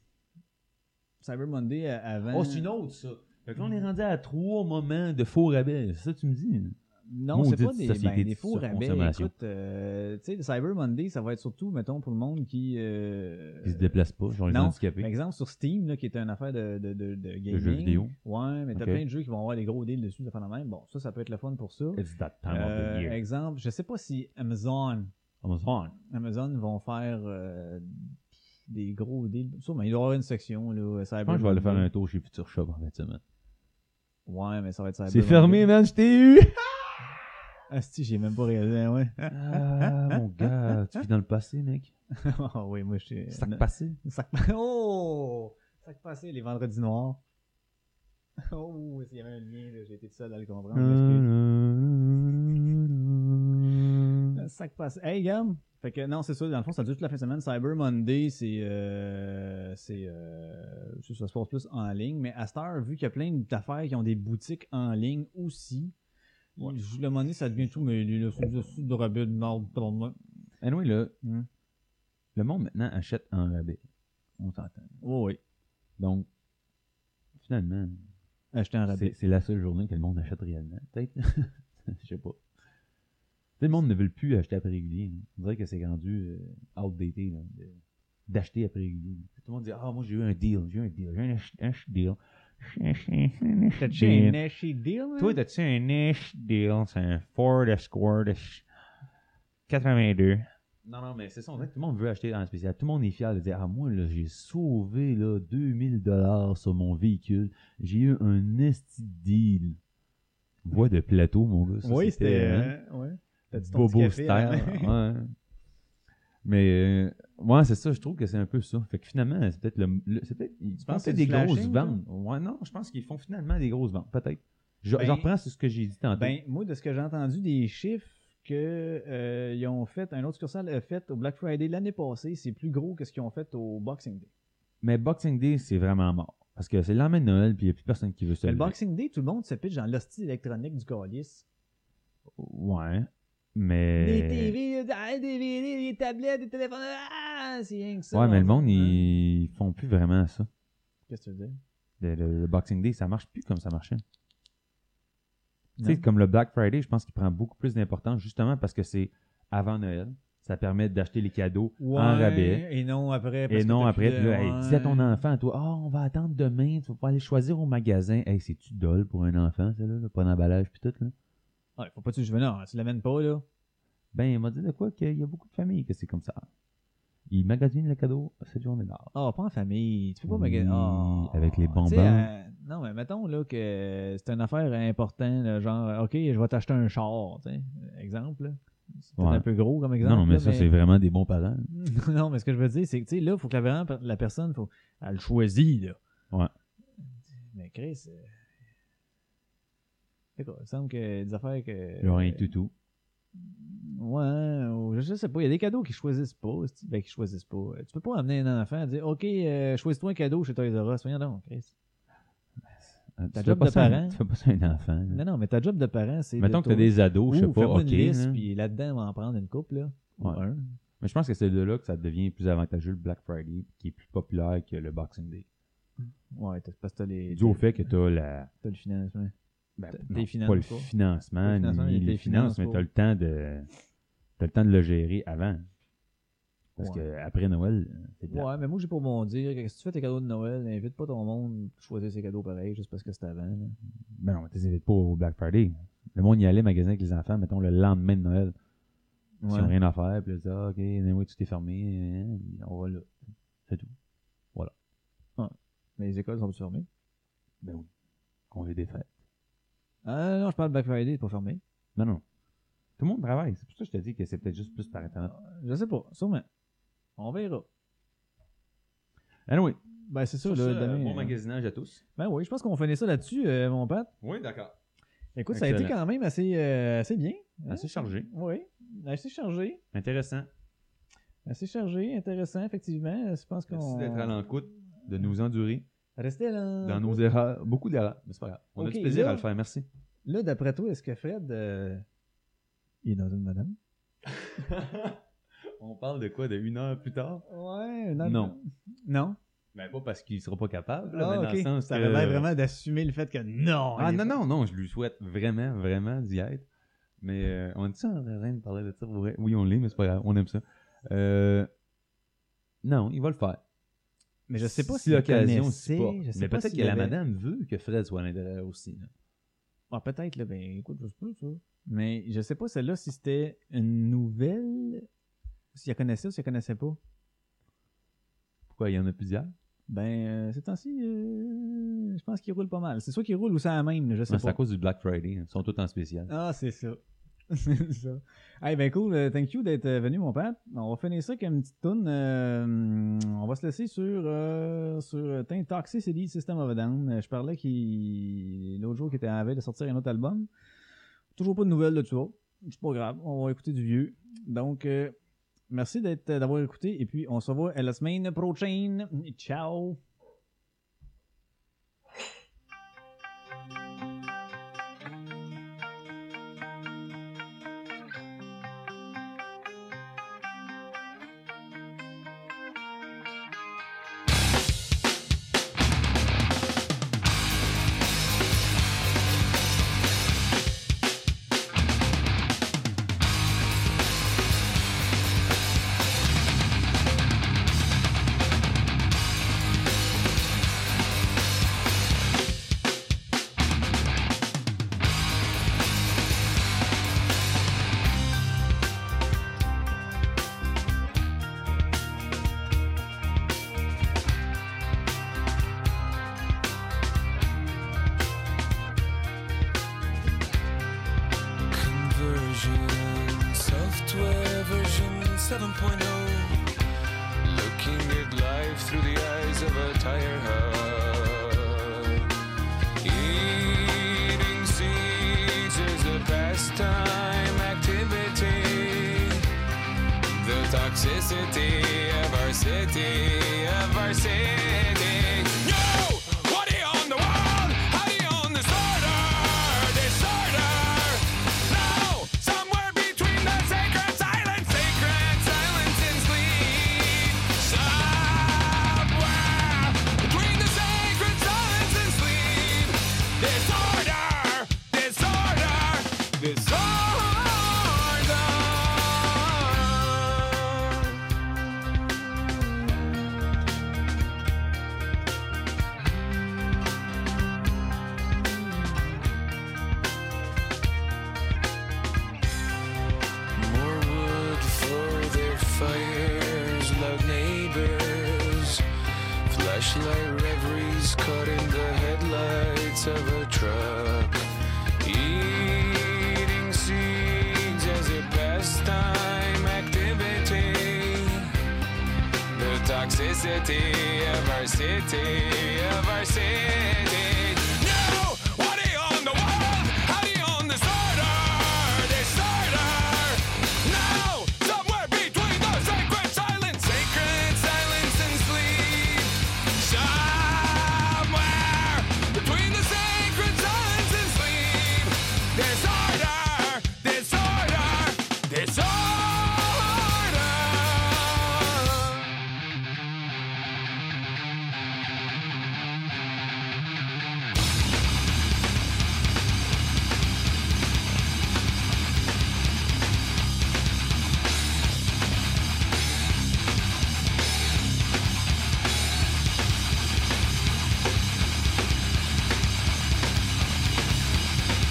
Cyber Monday euh, avant.
Oh, c'est une autre, ça. Fait que là, on
Mm.
est rendu à trois moments de faux rabais. C'est ça que tu me dis? hein?
Non, c'est pas
Maudite
des,
société
ben, des
de
faux rabais.
surconsommation.
Écoute, euh, tu sais, le Cyber Monday, ça va être surtout, mettons, pour le monde qui. euh,
Ils se déplacent pas, genre les
non,
handicapés.
Par exemple, sur Steam, là, qui est une affaire de, de, de, de gaming.
Le jeu vidéo.
Ouais, mais t'as
Ok.
plein de jeux qui vont avoir des gros deals dessus, de faire la même. Bon, ça, ça peut être le fun pour ça.
It's that time of
Euh,
the year.
exemple, je sais pas si Amazon,
Amazon.
Amazon vont faire euh, des gros deals. Sûrement, il doit y avoir une section, là, euh, Cyber
Je pense que je vais aller faire
Monday.
un tour chez Future Shop en fin de semaine.
Ouais, mais ça va être Cyber
C'est fermé,
Monday.
man, je t'ai eu!
Ah, si, j'ai même pas réalisé,
*laughs*
ouais.
Ah, mon gars, tu vis dans le passé, mec.
Ah oui, moi, je suis.
Sac passé.
Sac pa- Oh! Sac passé, les vendredis noirs. *laughs* Oh, s'il y avait un lien, là, j'ai été tout seul à le comprendre. excuse. Le Sac passé. Hey, gamme! Fait que non, c'est ça, dans le fond, ça dure toute la fin de semaine. Cyber Monday, c'est. Euh, c'est. Euh, c'est- ça se passe plus en ligne. Mais à cette heure, vu qu'il y a plein d'affaires qui ont des boutiques en ligne aussi, je- le moment donné, ça devient tout, mais le sous de rabais de nord, pardon.
*laughs* Anyway, là,
Hmm.
le monde maintenant achète en rabais. On s'entend.
Oh, oui.
Donc, finalement,
Acheter un
c'est
rabais.
c'est la seule journée que le monde achète réellement. Peut-être. *laughs* Je sais pas. Tout le monde ne veut plus acheter à prix régulier. hein. On dirait que c'est rendu euh, outdated là, de- d'acheter à prix régulier. Tout le monde dit Ah, moi j'ai eu un deal, j'ai eu un deal, j'ai eu un ach- un ach- deal.
T'as-tu un Nashi deal, man?
Toi, t'as-tu un ish deal? C'est un Ford Escort ish 82. Non, non, mais c'est ça. On dirait que tout le monde veut acheter en spécial. Tout le monde est fier de dire Ah, moi, là, j'ai sauvé là, 2000$ sur mon véhicule. J'ai eu un esti deal. Voix de plateau, mon gars. ça,
oui, c'était.
hein,
euh, ouais. T'as-tu ton
Bobo
petit café,
style.
hein? *laughs*
ouais. Mais, euh, ouais, c'est ça. Je trouve que c'est un peu ça. Fait que finalement, c'est peut-être le. le- c'est peut-être, ils font
penses que c'est
peut-être
du
des grosses
flashing, toi?
ventes. Ouais, non, je pense qu'ils font finalement des grosses ventes. Peut-être. Je,
Ben-
je reprends sur ce que j'ai dit tantôt.
Ben, moi, de ce que j'ai entendu des chiffres que euh, ils ont fait, un autre succursale a fait au Black Friday l'année passée, c'est plus gros que ce qu'ils ont fait au Boxing Day.
Mais Boxing Day, c'est vraiment mort. Parce que c'est le lendemain de Noël, puis il n'y a plus personne qui veut se
Mais le
lever.
Boxing Day, tout le monde se pitche dans l'hostie électronique du calice.
Ouais. Mais.
Des TV, des DVD, des tablettes, des téléphones, ah, c'est rien que ça.
ouais, mais le monde,
Hein?
ils ils font plus vraiment ça.
Qu'est-ce que tu veux dire?
Le, le- le Boxing Day, ça marche plus comme ça marchait. Tu sais,
Non.
comme le Black Friday, je pense qu'il prend beaucoup plus d'importance justement parce que c'est avant Noël. Ça permet d'acheter les cadeaux en rabais.
Et non après. parce
Et
que
non,
t'as
après,
plus de-
là, hey, dis à ton
Ouais.
enfant, toi, Ah, on va attendre demain, tu vas pouvoir aller choisir au magasin. Hey, c'est-tu dole pour un enfant, ça, là, là, pas d'emballage, puis tout, là?
Ouais, faut pas que tu le non, tu l'amènes pas, là.
Ben, il m'a dit de quoi qu'il y a beaucoup de familles que c'est comme ça. Ils magasinent le cadeau cette journée-là.
Ah, pas en famille. Tu peux pas
Oui,
magasiner. Ah,
avec les bonbons.
tu sais, euh, non, mais mettons là, que c'est une affaire importante, là, genre, OK, je vais t'acheter un char, tu sais, exemple. là. C'est peut-être
Ouais.
un peu gros comme exemple.
Non, non, mais
là,
ça, c'est vraiment des bons parents.
*laughs* non, mais ce que je veux dire, c'est que, tu sais, là, il faut que la, vraiment, la personne, faut, elle le choisit, là.
Ouais.
Mais Chris, euh... c'est quoi, il me semble que des affaires que...
Ils ont un toutou.
Ouais, ou je- je sais pas, il y a des cadeaux qu'ils choisissent pas, c'est- ben, qu'ils choisissent pas. Euh, Tu peux pas amener un enfant à dire « Ok, euh, choisis-toi un cadeau chez Toys R Us. » Voyons donc, Chris.
Ah,
Ta
Tu
job
fais pas
de
ça à-
parent.
Tu fais pas ça à un enfant. là.
Non, non, mais ta job de parent, c'est... de
Mm. Mettons que t'as
trouver-
des ados, je sais
Ouh,
pas,
fais-moi
ok.
une liste,
là.
puis là-dedans, on va en prendre une couple, là. Ou
Ouais.
un.
Mais je pense que c'est de là que ça devient plus avantageux le Black Friday, qui est plus populaire que le Boxing Day.
Ouais, t'as- parce que t'as les...
Dû au fait que t'as la.
T'as le financement.
ben,
T'as-
non,
t'es finance,
pas le
quoi.
financement,
Le financement,
ni
il y a
les
des
finances,
finances,
mais
quoi.
t'as le temps de. T'as le temps de le gérer avant. Parce
Ouais.
que après Noël, c'est plat.
Ouais, mais moi, j'ai pour mon dire, que si tu fais tes cadeaux de Noël, invite pas ton monde à choisir ses cadeaux pareil, juste parce que c'est avant. là.
Ben non, t'es invité pas au Black Friday. Le monde y allait magasiner avec les enfants, mettons, le lendemain de Noël. Ils
Ouais.
n'ont rien à faire, puis là, ils disent, ah, ok, anyway, tout est fermé, hein, on va là. C'est tout.
Mais les écoles sont fermées.
Ben oui. Qu'on les défait.
Ah non, je parle de Black Friday, c'est pas fermé.
Non, non. Tout le monde travaille. C'est pour ça que je te dis que c'est peut-être juste plus par Internet.
Je sais pas, sûrement. On verra.
Anyway.
Ben, c'est ça,
Sur
là,
ce,
demain,
bon
euh,
magasinage à tous.
Ben oui, je pense qu'on finit ça là-dessus, euh, mon Pat.
Oui, d'accord.
Écoute, ça a été
Excellent.
quand même assez, euh, assez bien. hein?
Assez chargé.
Oui, assez chargé.
Intéressant.
Assez chargé, intéressant, effectivement. Je pense qu'on...
Merci d'être à l'encoute, de nous endurer
Restez là.
dans nos erreurs. Beaucoup d'erreurs, mais c'est pas grave. On
Ok,
a du plaisir
là-
à le faire, merci.
Là, d'après toi, est-ce que Fred... euh, Il est dans une madame?
on parle de quoi, de une heure plus tard?
Ouais,
heure- Non.
Non?
Ben pas parce qu'il sera pas capable, là,
Ah,
mais
ok.
dans le sens euh,
Ça
que-
avait l'air vraiment d'assumer le fait que non.
Ah
il est
non,
pas-
non, non, je lui souhaite vraiment, vraiment d'y être. Mais euh, on est-tu en train de parler de ça pour vrai? Oui, on l'est, mais c'est pas grave, on aime ça. Euh, non, il va le faire.
Mais je sais pas
si
s'il
l'occasion
connaissait,
s'y porte.
je sais
Mais
pas
peut-être
s'il
que la
avait-
madame veut que Fred soit à l'intérieur aussi. là.
Ah, peut-être, là. Ben, écoute, je sais pas, ça. Mais je sais pas, celle-là, si c'était une nouvelle, si elle connaissait ou si elle connaissait pas.
Pourquoi il y en a plusieurs?
Ben, euh, ces temps-ci, euh, je pense qu'il roule pas mal. C'est soit qu'il roule ou c'est à la même, là, je sais Ben,
Non, Ben, C'est à
pas.
cause du Black Friday, hein. ils sont tous en spécial.
Ah, c'est ça. *laughs* c'est ça. Hey, ben cool. euh, Thank you d'être euh, venu, mon Pat. On va finir ça avec une petite toune. euh, on va se laisser sur, euh, sur euh, tiens, Toxicity System of a Down. Euh, Je parlais qu'il l'autre jour qu'il était en veille de sortir un autre album. Toujours pas de nouvelles de toi. C'est pas grave. On va écouter du vieux. Donc, euh, merci d'être euh, d'avoir écouté. Et puis, on se revoit à la semaine prochaine. Ciao!
Conversion, software version 7.0. Looking at life through the eyes of a tire hub. Eating seeds is a pastime activity. The toxicity of our city, of our city. No! What do you own the world? How do you own disorder? Disorder! No, somewhere between the sacred silence, sacred silence and sleep. Somewhere between the sacred silence and sleep. Disorder, disorder, disorder. More wood for their fires, loud neighbors. Flashlight reveries caught in the headlights of a truck. Eating seeds as a pastime. toxicity of our city, of our city. Now, what do you own the world? How do you own disorder? Disorder. Now, somewhere between the sacred silence, sacred silence and sleep. Somewhere between the sacred silence and sleep. Disorder, disorder, disorder.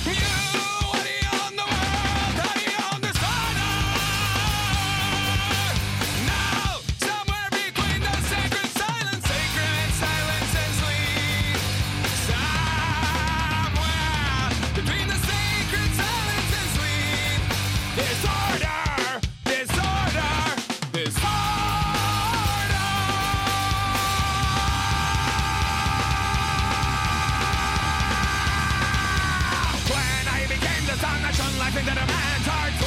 You are the on the world, are the on the Now, somewhere between the sacred silence, sacred silence and sleep. Somewhere between the sacred silence and sleep. Disorder, disorder, disorder. When I became the sun, I shone like into the man's heart.